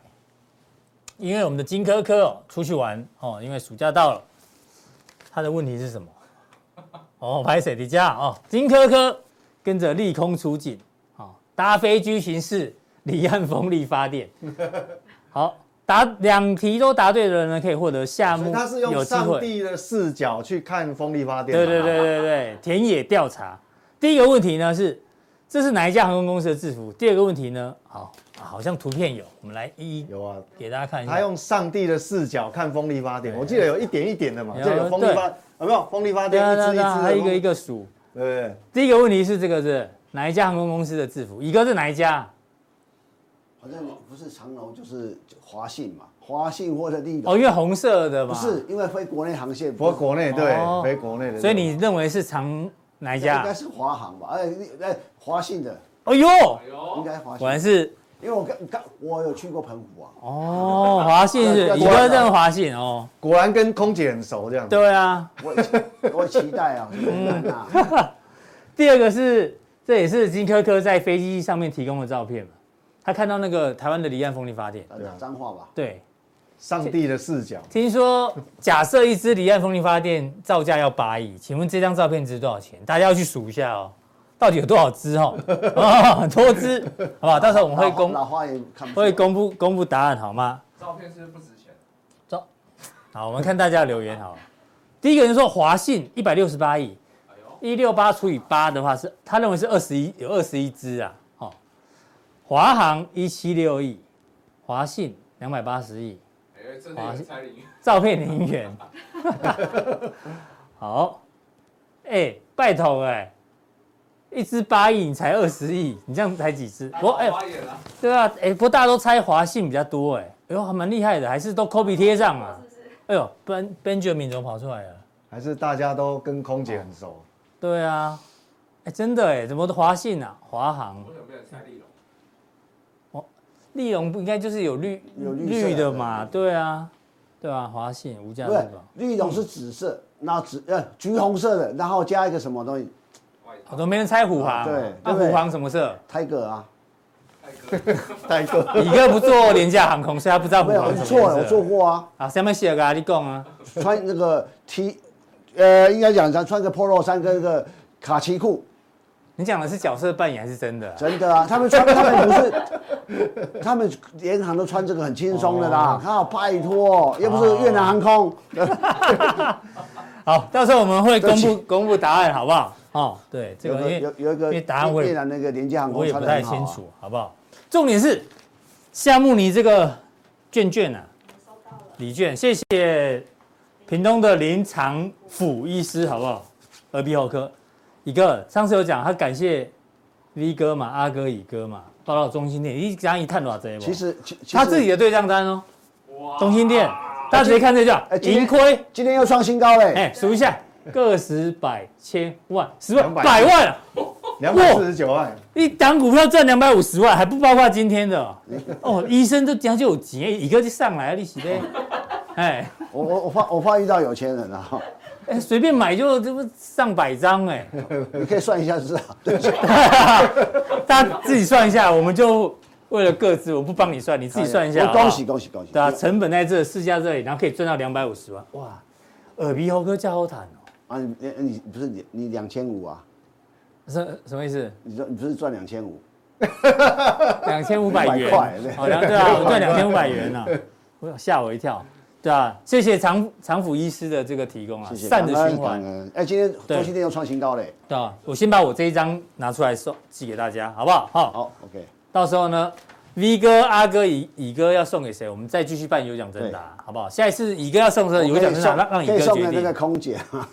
S1: 因为我们的金科科哦出去玩哦，因为暑假到了，他的问题是什么？哦，拍水迪迦哦，金科科跟着利空出尽，哦，搭飞机行事，离岸风力发电。好，答两题都答对的人呢，可以获得夏
S2: 所
S1: 目
S2: 以他是
S1: 有
S2: 用
S1: 机会
S2: 上帝的视角去看风力发电。
S1: 对对。对对对，田野调查。第一个问题呢是，这是哪一家航空公司的制服？第二个问题呢，好，好像图片有，我们来一一
S2: 有啊，
S1: 给大家看一
S2: 他
S1: 下。
S2: 用上帝的视角看风力发电，我记得有一点一点的嘛，
S1: 有
S2: 这有风力发，有没有风力发
S1: 对
S2: 电
S1: 啊
S2: 一
S1: 对
S2: 支
S1: 啊
S2: 一
S1: 对啊，还
S2: 支，
S1: 一个一，个数。
S2: 对不对？
S1: 第一个问题是这个是哪一家航空公司的制服？乙哥是哪一家？
S3: 好像不是长龙就是华信嘛，华信或者立
S1: 哦，
S3: 龙，
S1: 因为红色的嘛。
S3: 不是因为飞国内航线，
S2: 国国内对
S1: 哦，
S2: 回国内的。
S1: 所以你认为是长哪一
S3: 应该
S1: 家？
S3: 是华航吧？哎哎，华信的
S1: 哎呦，
S3: 应该华
S1: 果
S3: 信
S1: 然是
S3: 因为我刚刚我有去过澎湖啊，
S1: 哦，华信是
S3: 对
S1: 李哥认华信哦，
S2: 果然跟空姐很熟这样。
S1: 对啊。
S3: 我也我也期待 啊，嗯啊，
S1: 第二个是，这也是金科科在飞机上面提供的照片嘛，他看到那个台湾的离岸风力发电，
S3: 呃脏话吧，
S1: 对，啊
S2: 上帝的视角，
S1: 听说假设一支离岸风力发电造价要八亿，请问这张照片值多少钱？大家要去数一下哦，到底有多少只哦？啊，很多只，好不好？到时候我们会公
S3: 老花也看不出来
S1: 会公布公布答案好吗？
S4: 照片是不值钱，
S1: 好，我们看大家的留言好了。第一个人说华信一百六十八亿，一六八除以八的话是，他认为是二十一有二十一只啊。哦，华航一七六亿，华信两百八十亿，
S4: 哎、真的有蔡林，
S1: 照片零元。 好，哎、拜托哎、一只八亿，你才二十亿，你这样才几只？我哎、
S4: 花眼啊，
S1: 对啊，哎、不过大家都猜华信比较多哎、哎呦，还蛮厉害的，还是都 copy 贴上啊。哎呦，Ben Benjamin 怎么跑出来了？啊
S2: 还是大家都跟空姐很熟。
S1: 对啊，哎，真的哎，怎么华信啊，华航
S4: 我、想变成蔡丽龙，
S1: 利荣不应该就是有绿
S3: 有绿色的
S1: 绿的嘛？对啊，对啊，华信无价之
S3: 不是
S1: 宝，
S3: 绿种是紫色，然后紫呃橘红色的，然后加一个什么东西，
S4: 外套
S1: 哦好，都没人猜虎航，
S3: 啊对
S1: 那
S3: 对不对
S1: 虎航什么色？
S3: 泰戈啊，
S4: 泰哥，
S1: 哦
S2: 泰 哥，
S1: 李哥不做廉价航空，所以他不知道虎
S3: 没有，
S1: 航
S3: 我
S1: 什么
S3: 错了，我
S1: 颜
S3: 做
S1: 嗯色。
S3: 过啊，
S1: 啊，下面写个啊，你讲啊，
S3: 穿那个 T，呃，应该讲咱穿个 polo 衫跟一个卡其裤，
S1: 你讲的是角色扮演还是真的啊？
S3: 真的啊， 他们穿他们不是，他们联航都穿这个很轻松的啦，
S1: 哦
S3: 靠，拜托，又不是越南航空，
S1: 好，到时候我们会公布公布答案，好不好？哦，对，这
S3: 有
S1: 个因
S3: 个
S1: 为
S3: 有有一
S1: 因
S3: 个
S1: 为答案我也
S3: 越南那个廉价航
S1: 我
S3: 空
S1: 也
S3: 穿
S1: 不
S3: 的
S1: 太
S3: 很
S1: 清
S3: 好啊，
S1: 楚，好不好？重点是夏慕尼这个卷卷啊，礼券，谢谢屏东的林长甫医师，好不好？耳鼻喉科，一个上次有讲，他感谢 V 哥嘛，阿哥、乙哥嘛，报到中心店，一讲一探多少这一
S3: 其实其其
S1: 他自己
S3: 实
S1: 的对账单哦，
S4: 哇
S1: 中心店，大家直接看这就好
S3: 哎今天
S1: 盈亏，
S3: 今天又创新高嘞，
S1: 哎，数一下，个十百千万十万
S2: 两百
S1: 百万啊。
S2: 两百四十九万，
S1: 一档股票赚两百五十万，还不包括今天的哦。哦医生都讲究有钱，一个就上来了，利息 嘞。哎
S3: 我我我怕我怕遇到有钱人 啊，
S1: 哎，随便买就这不上百张哎，
S3: 你可以算一下就知道，
S1: 大家自己算一下，我们就为了各自，我不帮你算，你自己算一下。好不好
S3: 恭喜恭喜恭喜，
S1: 对啊，成本在这，市价这里，然后可以赚到两百五十万，哇，耳鼻喉科加好坦哦，
S3: 啊，你你你不是你你两千五啊？
S1: 什什么意思？
S3: 你说你不是赚两千五？
S1: 两千五百元，
S3: 500块对
S1: 好，两对啊，我赚两千五百元啊， 我吓我一跳，对啊，谢谢常常府医师的这个提供啊，
S3: 谢谢。
S1: 善的
S3: 感恩
S1: 循环
S3: 感，恩哎，今天
S1: 对
S3: 中心店又创新高嘞。
S1: 对啊，我先把我这一张拿出来送寄给大家，好不好？好，
S3: 好，OK，
S1: 到时候呢，V 哥、阿哥、乙乙哥要送给谁，我们再继续办有奖征答，好不好？下一次乙哥要送
S3: 我
S1: 的
S3: 可以
S1: 有奖征答，
S3: 送
S1: 让让乙
S3: 可以
S1: 哥
S3: 送给
S1: 决
S3: 那个
S1: 定。
S3: 空姐 啊。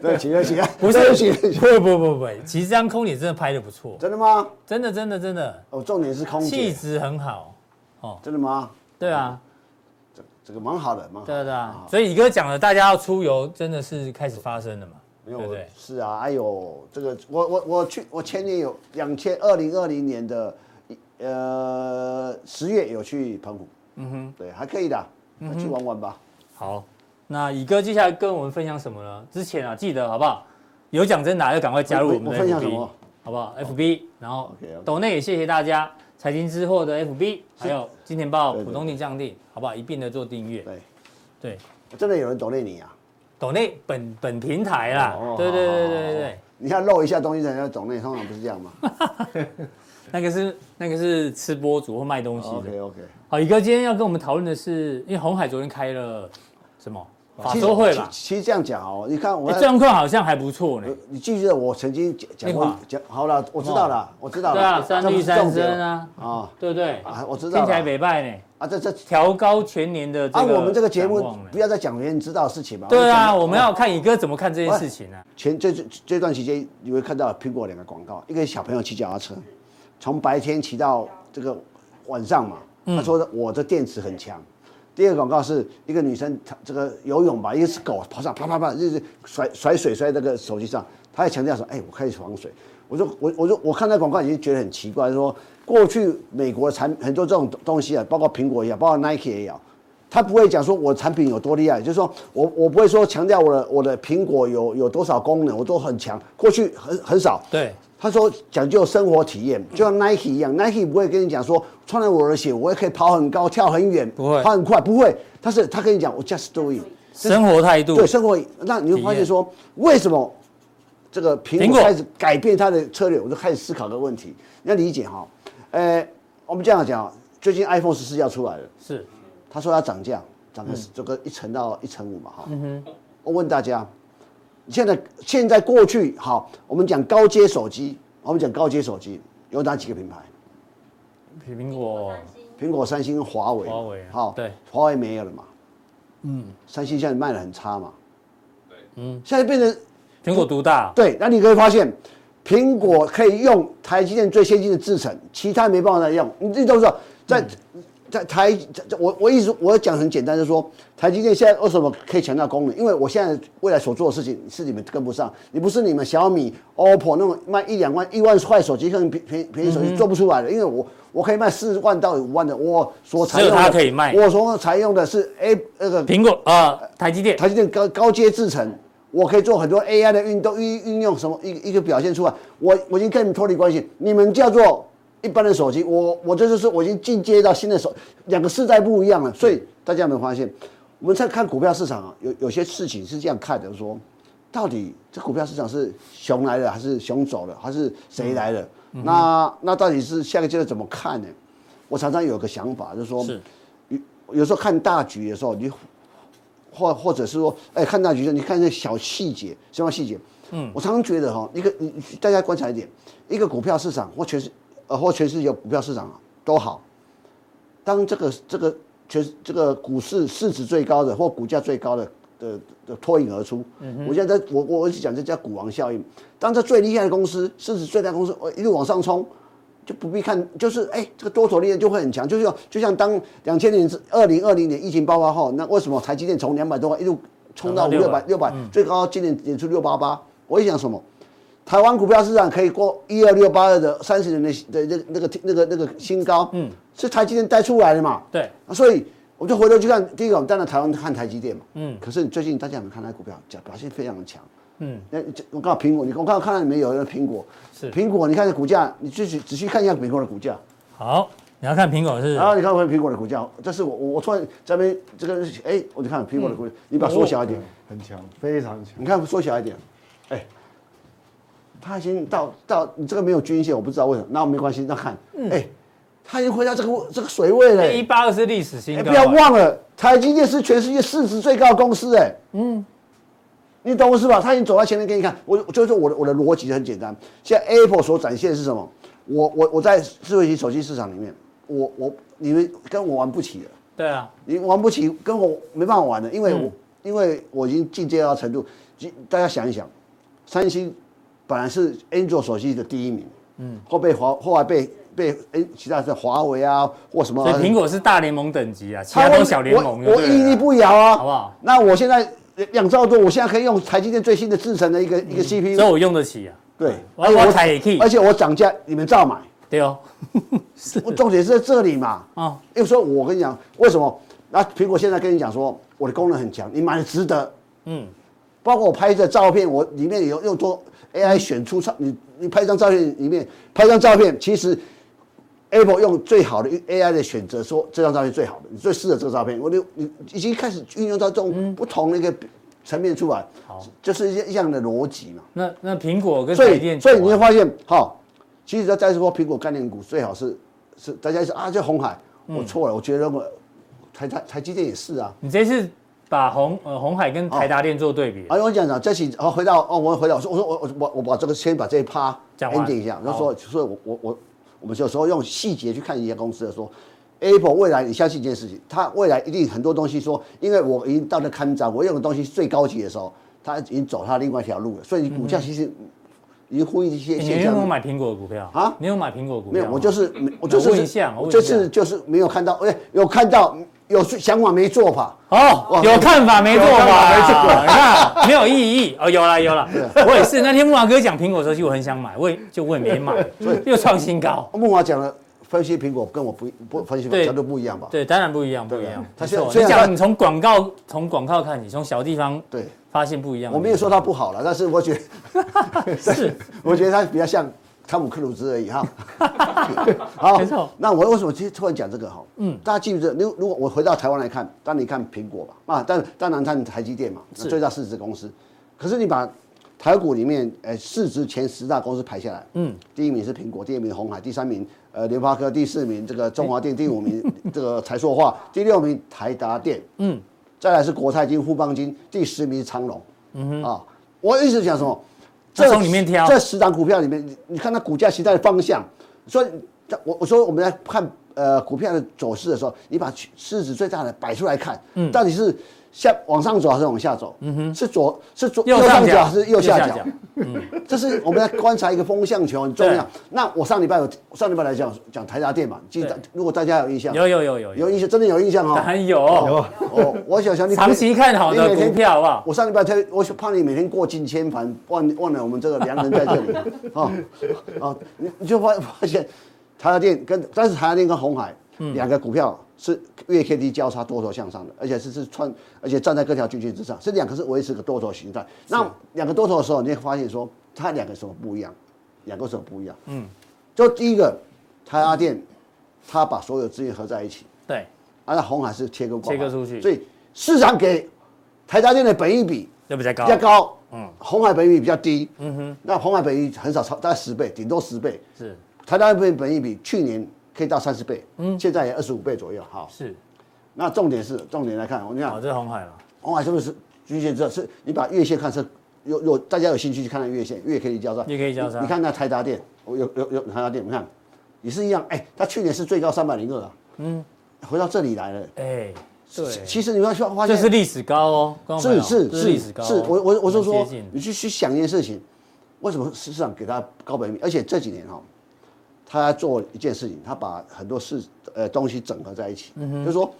S3: 对不起，对不起，
S1: 不
S3: 对
S1: 是
S3: 不起，对不起
S1: 不不不不，其实这张空姐真的拍的不错，
S3: 真的吗？
S1: 真的真的真的，
S3: 哦，重点是空
S1: 气
S3: 姐，
S1: 质很好。
S3: 真的吗？
S1: 对啊，
S3: 这这个蛮好的，蛮好
S1: 对啊对啊，
S3: 好
S1: 所以乙哥讲的，大家要出游真的是开始发生了嘛？
S3: 没
S1: 对不
S3: 有
S1: 对，？
S3: 是啊，哎呦，这个我我我去，我前年有两千二零二零年的呃十月有去澎湖，嗯哼，对，还可以的，
S1: 嗯
S3: 那去玩玩吧。
S1: 好，那乙哥接下来跟我们分享什么呢？之前啊，记得好不好？有奖征答要赶快加入
S3: 我
S1: 我们
S3: 我
S1: 的
S3: 分享
S1: FB，
S3: 什么
S1: 好不好？FB，然后
S3: OK，OK
S1: 抖内也谢谢大家，财经之货的 FB，还有金钱豹
S3: 对对
S1: 普通定降定，好不好？一并的做订阅，
S3: 对，
S1: 对，
S3: 真的有人懂内你啊？
S1: 抖内本本平台啦
S3: 哦，
S1: 对对对
S3: 好好
S1: 对
S3: 好
S1: 对，
S3: 你要露一下东西才叫懂内，通常不是这 样吗
S1: 那个是那个是吃播主或卖东西的。
S3: 哦？OK OK，
S1: 好，乙哥今天要跟我们讨论的是，因为红海昨天开了什么法说会吧？
S3: 其实这呃样讲哦，你看我
S1: 哎，状况好像还不错呢。
S3: 你记不记得我曾经讲讲
S1: 那
S3: 过
S1: 个
S3: 讲好了，我知道了，我知道了。
S1: 对啊，三
S3: 这不
S1: 绿
S3: 是重
S1: 三
S3: 点
S1: 升啊，
S3: 啊
S1: 对不对？
S3: 啊，我知道
S1: 听起来
S3: 了
S1: 北败呢，
S3: 啊，这这
S1: 调高全年的
S3: 啊，
S1: 个
S3: 我们这个节
S1: 展
S3: 目
S1: 望呢
S3: 不要再讲别人知道的事情嘛。
S1: 对啊，
S3: 讲
S1: 我们要看乙哥怎么看这件事情啊呢？
S3: 前这这这段期间，你会看到苹果两个广告，一个小朋友骑脚踏车，从白天骑到这个晚上嘛，他说我的电池很强。第二个广告是一个女生，她这个游泳吧，一只狗跑上啪啪啪，就是甩甩水甩在那个手机上。他还强调说，哎，我可以防水。我就我我就我看那广告已经觉得很奇怪，说过去美国的产很多这种东西啊，包括苹果也好，包括 Nike 也好，他不会讲说我产品有多厉害，就是说我我不会说强调我的我的苹果有有多少功能，我都很强。过去很很少，
S1: 对，
S3: 他说讲究生活体
S1: 嗯
S3: 验，就像 Nike 一样，Nike 不会跟你讲说穿了我的鞋，我也可以跑很高、跳很远，
S1: 不会嗯
S3: 跑很快，不会。但是他跟你讲，我 just do it，
S1: 生活态度
S3: 对，生活。那你会发现说，为什么这个苹
S1: 苹
S3: 果
S1: 果
S3: 开始改变它的策略？我就开始思考这个问题。你要理解哈，呃，我们这样讲，最近 iPhone 十四要出来了，
S1: 是
S3: 他说要涨价，涨
S1: 嗯
S3: 个这个一层到一层五嘛哈。我问大家，现在现在过去好，我们讲高阶手机，我们讲高阶手机有哪几个品牌？
S1: 苹果
S3: 苹果、三星、华为。
S1: 华为啊
S3: 好，
S1: 对，
S3: 华为没有了嘛。嗯，三星现在卖的很差嘛。
S4: 对，
S3: 嗯，现在变成
S1: 苹果独大，
S3: 对，那你可以发现，苹果可以用台积电最先进的制程，其他没办法再用。你你懂不懂？在、
S1: 嗯
S3: 在台，在在我我一直我讲很简单，就是说台积电现在为什么可以强调功能？因为我现在未来所做的事情是你们跟不上，你不是你们小米、OPPO 那种卖一两万、一万块手机，可能便便便宜手
S1: 嗯
S3: 机做不出来的，因为我我可以卖四万到五万的，我所采
S1: 只有
S3: 用的
S1: 它可以卖
S3: 我所采用的是 A 那个
S1: 苹果啊，呃台积电
S3: 台积电高高阶制程，我可以做很多 AI 的运动运运用什么一个一个表现出来，我我已经跟你们脱离关系，你们叫做一般的手机，我我这就是我已经进阶到新的手，两个世代不一样了，所以大家有没有发现，我们在看股票市场啊，有有些事情是这样看的，就是说到底这股票市场是熊来了还是熊走了，还是谁来了？那那到底是下个阶段怎么看呢？我常常有个想法，就是说，
S1: 是
S3: 有有时候看大局的时候，你或或者是说，哎、看大局的，你看这小细节，什么细节？嗯，我常常觉得哈，一个你你大家观察一点，一个股票市场或全世呃或全世界股票市场啊都好，当这个这个全这个股市市值最高的或股价最高的的的脱颖而出。我现在在我我我一直讲这叫股王效应。当这最厉害的公司市值最大的公司呃一路往上冲，就不必看，就是哎、这个多头力量就会很强。就是说就像当两千年二零二零年疫情爆发后，那为什么台积电从两百多块一路冲到五六百六百最高今年年出六八八？我一想什么？台湾股票市场可以过一二六八二的三十年的的那个那个那个那个新高，嗯，是台积电带出来的嘛？
S1: 对，
S3: 啊所以我就回头去看，第一个，我们当然台湾看台积电嘛，
S1: 嗯
S3: 嗯，可是你最近大家有没有看它股票，表表现非常的强，
S1: 嗯
S3: 嗯，那这我告诉苹果，你我刚好看到你们有那个苹果，
S1: 是
S3: 苹果，你看这股价，你仔细仔细看一下苹果的股价，
S1: 好，你要看苹果是
S3: 然后你看回苹果的股价，这是我我我突然这边这个哎，我就看苹果的股价，你把它缩小一点，
S2: 很强，非常强。
S3: 你看缩小一点，哎，它已经到到你这个没有均线，我不知道为什么，那没关系，那看，哎，它已经回到这个这个水位了，
S1: 一八二是历史新
S3: 哎，
S1: 高，啊
S3: 不要忘了，台积电是全世界市值最高的公司、哎，嗯，你懂我是吧？他已经走到前面给你看，我我就是我的我的逻辑很简单。现在 Apple 所展现的是什么？我我我在智慧型手机市场里面，我我你们跟我玩不起了，
S1: 对啊，
S3: 你玩不起，跟我没办法玩了，因为我、
S1: 嗯
S3: 因为我已经进阶到程度，即大家想一想，三星本来是 Android 手机的第一名，嗯，后被华后来被被哎其他的华为啊或什么，
S1: 所以苹果是大联盟等级啊，其
S3: 台
S1: 他
S3: 湾
S1: 都小联盟
S3: 我
S1: 就
S3: 我
S1: 对
S3: 屹
S1: 了
S3: 立不摇啊，
S1: 好不好？
S3: 那我现在两兆多，我现在可以用台积电最新的制程的一个、一个 CPU，
S1: 嗯所以我用得起啊，
S3: 对，
S1: 我我台也可以
S3: 而且我涨价你们照买，
S1: 对哦，
S3: 我重点是在这里嘛。
S1: 啊，
S3: 因为说我跟你讲，为什么？那苹果现在跟你讲说我的功能很强，你买的值得，
S1: 嗯，
S3: 包括我拍的照片，我里面有用做 AI 选出照，你你拍一张照片里面拍一张照片，其实 Apple 用最好的 AI 的选择，说这张照片最好的，你最适合这个照片，我就你已经开始运用到这种不同的一个层面出来，
S1: 嗯好
S3: 就是一一样的逻辑嘛。
S1: 那那苹果跟
S3: 所
S1: 台积电
S3: 以
S1: 走
S3: 所
S1: 啊，
S3: 以你会发现，哈、其实再说苹果概念股最好是是大家一说啊，这红海，
S1: 嗯
S3: 我错了，我觉得我台台台积电也是啊。
S1: 你这次把红呃红海
S3: 哦
S1: 跟台达电做对比，
S3: 哎，我讲讲，这期哦，回到哦，我回到我说，我说我我我我把这个先把这一趴
S1: 讲完
S3: ending 一下，然后
S1: 好
S3: 说，所以我我我我们有时候用细节去看一家公司的说，Apple 未来你相信一件事情，它未来一定很多东西说，因为我已经到了看涨，我用的东西是最高级的时候，它已经走它另外一条路了，所以你股价
S1: 嗯
S3: 其实已经呼应一
S1: 欸
S3: 些
S1: 你
S3: 现
S1: 有没有
S3: 象。
S1: 买苹果的股票
S3: 啊
S1: 你有买苹果的股
S3: 没
S1: 票吗？
S3: 有，我就是没我就是
S1: 我问一下我问一
S3: 这
S1: 下
S3: 次就是没有看到，哎，有看到有想法没做法，
S1: 哦
S3: 哇，
S1: 有看法没做
S2: 有
S1: 法，
S2: 看法没做
S1: 你看没有意义哦，有啦有啦，
S3: 啊
S1: 我也是。那天木华哥讲苹果的时候，其实我很想买，我也就我也没买， 又创新高。
S3: 木华讲的分析苹果跟我不不分析
S1: 对
S3: 角度不一样吧？
S1: 对，当然不一样，不一样。
S3: 啊他
S1: 没
S3: 现在
S1: 错，
S3: 虽
S1: 你
S3: 然
S1: 讲
S3: 他
S1: 你从广告从广告看，你从小地方
S3: 对，
S1: 发现不一样的地方。
S3: 我没有说它不好了，但是我觉得
S1: 是
S3: 我觉得它比较像汤姆克鲁兹而 已哈。好，
S1: 没错
S3: 那我为什么今天突然讲这个哈？嗯，大家记不记得？如如果我回到台湾来看，当你看苹果吧，啊，当当然看台积电嘛，
S1: 是
S3: 最大市值公司。可是你把台股里面，呃，市值前十大公司排下来，嗯，第一名是苹果，第二名红海，第三名呃联发科，第四名这个中华电，第五名这个台塑化，第六名台达电，
S1: 嗯，
S3: 再来是国泰金、富邦金，第十名是长隆，嗯哼，啊，我一直讲什么？
S1: 那从里面挑
S3: 这十档股票里面，你你看它股价形态的方向，所以它我我说我们来看呃股票的走势的时候，你把区市值最大的摆出来看，
S1: 嗯
S3: 到底是向往上走还是往下走？嗯哼，是左是左
S1: 右上角
S3: 还是右下
S1: 右下
S3: 角？ 这是我们来观察一个风向球很重
S1: 对
S3: 要。那我上礼拜有上礼拜来讲讲台达电嘛，记得
S1: 对
S3: 如果大家有印象，
S1: 有有有有
S3: 有
S1: 有，
S3: 印象真的有印象哦
S1: 当。然有。
S3: 哦，我想想你
S1: 长期看好
S3: 你
S1: 的
S3: 每天
S1: 股票好不好？
S3: 我上礼拜天，我怕你每天过境千帆，忘忘了我们这个良人在这 里哦哦，你你就发发现台达电跟但是台达电跟红海
S1: 嗯
S3: 两、个股票是月 K D 交叉多头向上的，而且是是穿而且站在各条均线之上，这两个是维持个多头形态。那两个多头的时候，你会发现说它两个有什么不一样，两个有什么不一样？嗯，就第一个台达电，它把所有资源合在一起，
S1: 对，
S3: 啊，那红海是切割挂牌
S1: 切割出去
S3: 所以市场给台达电的本益比
S1: 就比较
S3: 比
S1: 高
S3: 较。高，嗯，红海本益比比较低，嗯哼，那红海本益很少超，大概十倍，顶多十倍，
S1: 是
S3: 台达电本益比去年可以到三十倍，嗯，现在也二十五倍左右，好，
S1: 是，
S3: 那重点是重点来看，我跟你
S1: 哦，
S3: 讲
S1: 这是红海了。
S3: 红海是不是均线之后是，你把月线看是。有有，大家有兴趣去看看月线，月可以交叉，
S1: 月 K D 交叉
S3: 你你看那台达电，我有有有台达电，你看也是一样，哎、它去年是最高三百零二啊，嗯，回到这里来了，
S1: 哎，对，
S3: 其实你要发
S1: 这
S3: 现
S1: 是历史高哦，观众朋
S3: 是
S1: 友
S3: 是
S1: 这
S3: 是
S1: 历史高哦。
S3: 是我我我是
S1: 很接
S3: 说
S1: 近，
S3: 你去去想一件事情，为什么市场给他高本益比？而且这几年哈、哦，他做一件事情，他把很多事呃东西整合在一起，
S1: 嗯
S3: 就是说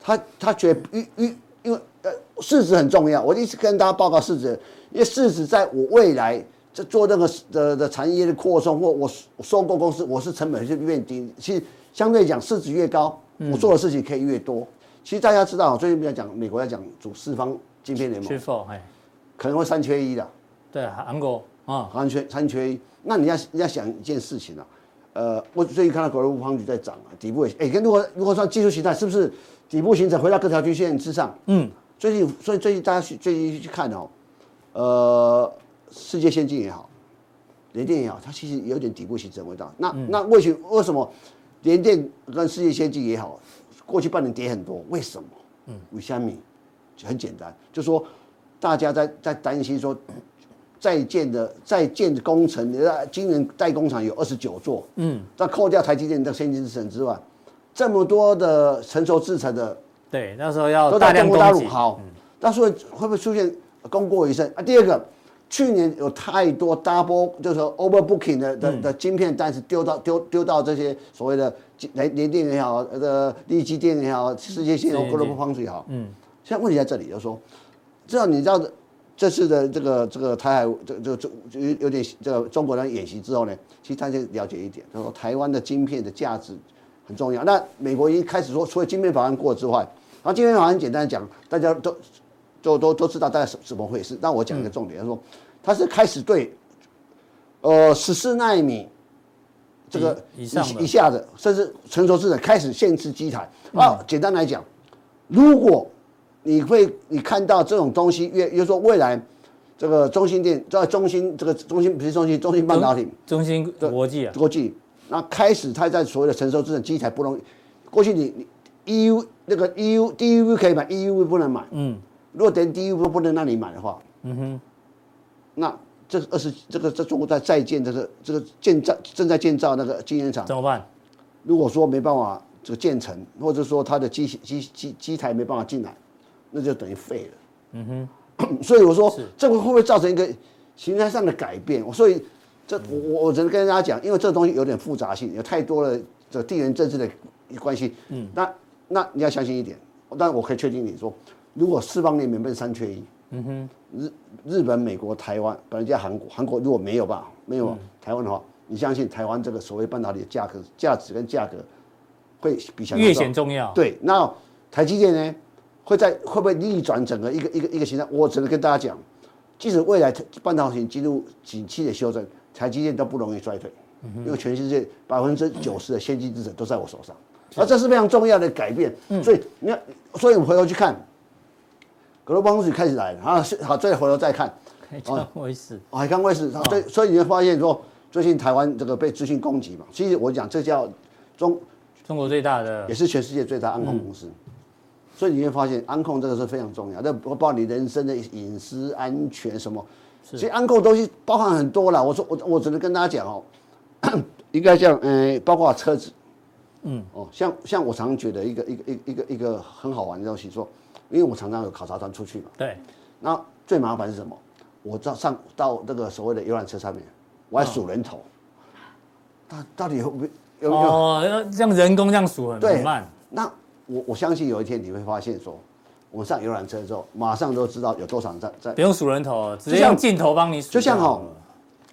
S3: 他他觉得因因因为呃市值很重要，我一直跟大家报告市值，因为市值在我未来。这做任何的的产业的扩充，或我我收购公司，我是成本是越低。其实相对讲，市值越高，我做的事情可以越多。其实大家知道，最近比较讲美国在讲主四方晶片联盟，
S1: 缺货，哎，
S3: 可能会三缺一的，
S1: 对，韩国啊，
S3: 三缺三缺一。那你要你要想一件事情啊，呃，我最近看到国内方局在涨啊，底部也哎，跟如果如果算技术形态，是不是底部形成回到各条均线之上？
S1: 嗯，
S3: 最近所以最近大家去最近去看哦，呃，世界先进也好，联电也好，它其实有点底部形成味道。那、
S1: 嗯
S3: 那为什为什么联电跟世界先进也好，过去半年跌很多，为什么？嗯，五香米很简单，就说大家在在担心说。在建的在建的工程，那今年代工厂有二十九座，嗯，那扣掉台积电的先进制程之外，这么多的成熟制程的
S1: 对，那时候要
S3: 都
S1: 哦大
S3: 在
S1: 量
S3: 中国大
S1: 供
S3: 陆
S1: 给，嗯
S3: 好，那所以会不会出现供过于剩啊？第二个，去年有太多 double 就是说 overbooking 的
S1: 嗯
S3: 的的晶片单是丢到丢丢到这些所谓的联联电也好，呃，立基电也好，世界信
S1: 世界
S3: 用
S1: 电
S3: global foundry 也好，
S1: 嗯，
S3: 现在问题在这里，就是说，这样你知道的这次的这个这个台海这这这有有点这个中国人演习之后呢，其实大家了解一点，就是说台湾的晶片的价值很重要。那美国已经开始说，除了晶片法案过之外，然后晶片法案简单地讲，大家都都都都知道大概什什么回事。那我讲一个重点，就是说它是开始对呃十四纳米。这个
S1: 以以上的
S3: 以下的，甚至成熟市场开始限制机台
S1: 嗯
S3: 啊。简单来讲，如果你会你看到这种东西越，也就是说未来这个中心电在中心这个中心不是中心中心半导体
S1: 中芯
S3: 对
S1: 国际啊，
S3: 国际，那开始它在所谓的成熟制程机台不能，过去你你 EU 那个 E EU DUV 可以买，EUV 不能买，
S1: 嗯，
S3: 如果连 DUV 都不能让你买的话，嗯哼，那这二十这个这中国在在建这个这个建造正在建造那个晶圆厂，
S1: 怎么办？
S3: 如果说没办法这个建成，或者说它的机机机机台没办法进来，那就等于废了。嗯哼，所以我说
S1: 是
S3: 这个会不会造成一个形态上的改变？我所以这我我我只能跟大家讲，因为这个东西有点复杂性，有太多的这地缘政治的关系。嗯，那那你要相信一点，但我可以确定你说，如果四方联盟变三缺一，嗯哼，日日本、美国、台湾，本来加韩国，韩国如果没有吧，没有台湾的话，你相信台湾这个所谓半导体的价格、价值跟价格会比想象
S1: 越
S3: 中
S1: 显重要。
S3: 对，那台积电呢，会在会不会逆转整个一个一个一个形态？我只能跟大家讲，即使未来半导体进入景气的修正，台积电都不容易衰退，因为全世界百分之九十的先进制程都在我手上，而这是非常重要的改变。所以你看，所以我们回头去看，格罗邦斯开始来了啊，是好，再回头再看，
S1: 这回事。
S3: 海康威视，对，所以你会发现说，最近台湾这个被资讯攻击嘛，其实我讲这叫中
S1: 中国最大的
S3: 也是全世界最大安控公司。所以你会发现，安控这个是非常重要，那包括你人生的隐私安全什么，其实安控东西包含很多啦。我说我我只能跟大家讲哦，应该像呃，包括车子，嗯，哦，像像我常常觉得一个一个一个一个一个很好玩的东西，说，因为我常常有考察团出去嘛，
S1: 对，
S3: 那最麻烦是什么？我到上到那个所谓的游览车上面，我还数人头，到到底有没有有？
S1: 哦，要这样人工这样数很
S3: 对
S1: 很慢，
S3: 那我我相信有一天你会发现说，我上游览车之后，马上都知道有多少人在在
S1: 不，用数人头，直接
S3: 就像
S1: 用镜头帮你数。
S3: 就像哈，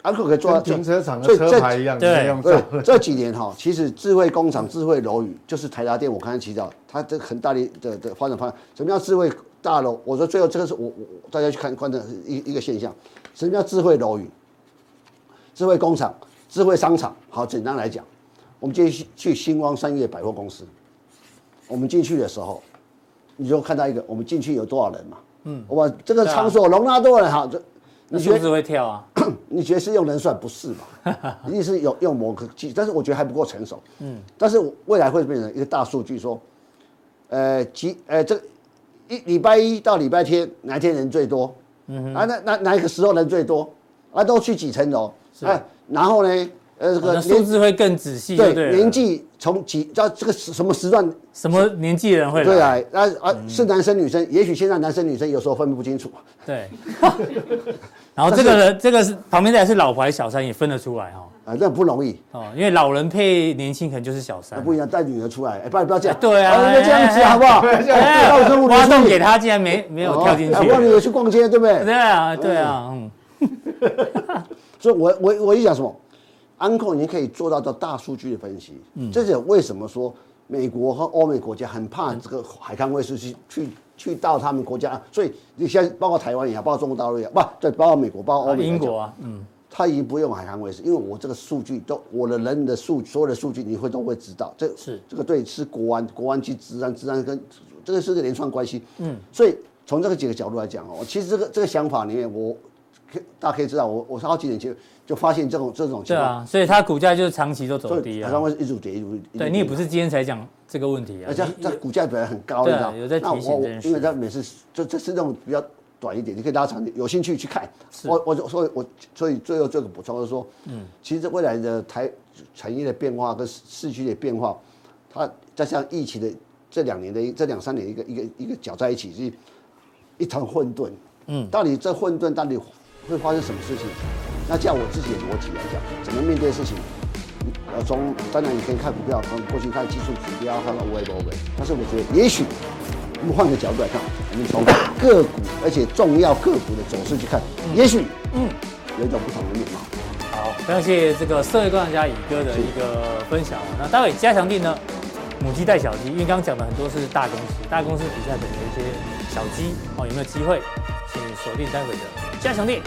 S3: 安可可以做到
S2: 跟停车场
S3: 所
S2: 的
S3: 以
S2: 车
S3: 这
S2: 牌一样，
S1: 对
S2: 你可以用照
S3: 对，这几年哈，其实智慧工厂、智慧楼宇，就是台达电，我刚才提到，它这很大的的的发展方向。什么叫智慧大楼？我说最后这个是我我我大家去看观察一一个现象，什么叫智慧楼宇？智慧工厂、智慧商场。好，简单来讲，我们今天去去星光三月百货公司，我们进去的时候，你就看到一个，我们进去有多少人嘛？嗯，我把这个
S1: 对啊
S3: 场所容纳多少人？好，这
S1: 那
S3: 你
S1: 数
S3: 觉得
S1: 字会跳啊。
S3: 你觉得是用人算不是 吧？一定是有用某个技，但是我觉得还不够成熟。嗯，但是我未来会变成一个大数据，说，呃，几呃这一礼拜一到礼拜天哪一天人最多？嗯啊，那那哪一个时候人最多？啊，都去几层楼？啊，然后呢，呃，这
S1: 哦那
S3: 个
S1: 数
S3: 年
S1: 字会更仔细，
S3: 对
S1: 对了，
S3: 年纪从几到这个时什么时段
S1: 什么年纪的人会
S3: 对
S1: 来？
S3: 来？啊啊，
S1: 嗯
S3: 是男生女生？也许现在男生女生有时候分不清楚。
S1: 对。然后这个人，这个是旁边这台是老牌小三，也分得出来哈。
S3: 啊，那不容易，
S1: 哦，因为老人配年轻，可能就是小
S3: 那
S1: 三。
S3: 不一样，带女儿出来，哎，不然不要这样，
S1: 对啊
S3: 我们就这样子好不 好？
S1: 哎
S3: 到时候我
S1: 挖洞
S3: 们
S1: 给他，竟然没没有跳进去
S3: 啊。忘了有去逛街，对不对？
S1: 对啊，对啊，嗯，
S3: 所以我我我一讲什么，安控已经可以做到到大数据的分析。嗯，这是为什么说美国和欧美国家很怕这个海康威视去去去到他们国家，所以你现在包括台湾也好，包括中国大陆也好，不对，包括美国，包括欧美、
S1: 英国，啊，嗯，
S3: 他已经不用海康威视，因为我这个数据都我的人的数所有的数据你会都会知道，这
S1: 是
S3: 这个对是国安国安去治安治安跟这个是个连串关系，嗯，所以从这个几个角度来讲哦，其实这个这个想法里面我可大家可以知道，我我是好几年前就发现这种这种情
S1: 对
S3: 况，
S1: 啊，所以它股价就是长期都走
S3: 所以
S1: 低
S3: 海
S1: 啊
S3: 康。威视一直跌一直跌，
S1: 对你也不是今天才讲这个问题啊
S3: 而，且它股价本来很高，
S1: 对
S3: 你
S1: 啊
S3: 知道？
S1: 有在提
S3: 那我
S1: 醒这件事
S3: 因为它每次这这是那种比较短一点，你可以拉长一点，有兴趣去看。我我就所以我所以最后这个补充就是说，嗯，其实未来的台产业的变化跟市市区的变化，它加上疫情的这两年的这两三年一个一个一个搅在一起是一团混沌。嗯，到底这混沌到底会发生什么事情？那这样我自己的逻辑来讲，怎么面对事情？呃，从当然你可以看股票，从过去看技术指标，看看微不微，但是我觉得也许我们换个角度来看，我们从个股，而且重要个股的走势去看，也许嗯有一种不同的面貌。
S1: 好，非常谢谢这个社会观察家乙哥的一个分享哦。那待会加强定呢，母鸡带小鸡，因为刚刚讲的很多是大公司，大公司底下可能有一些小鸡哦，有没有机会？请锁定待会的加强定。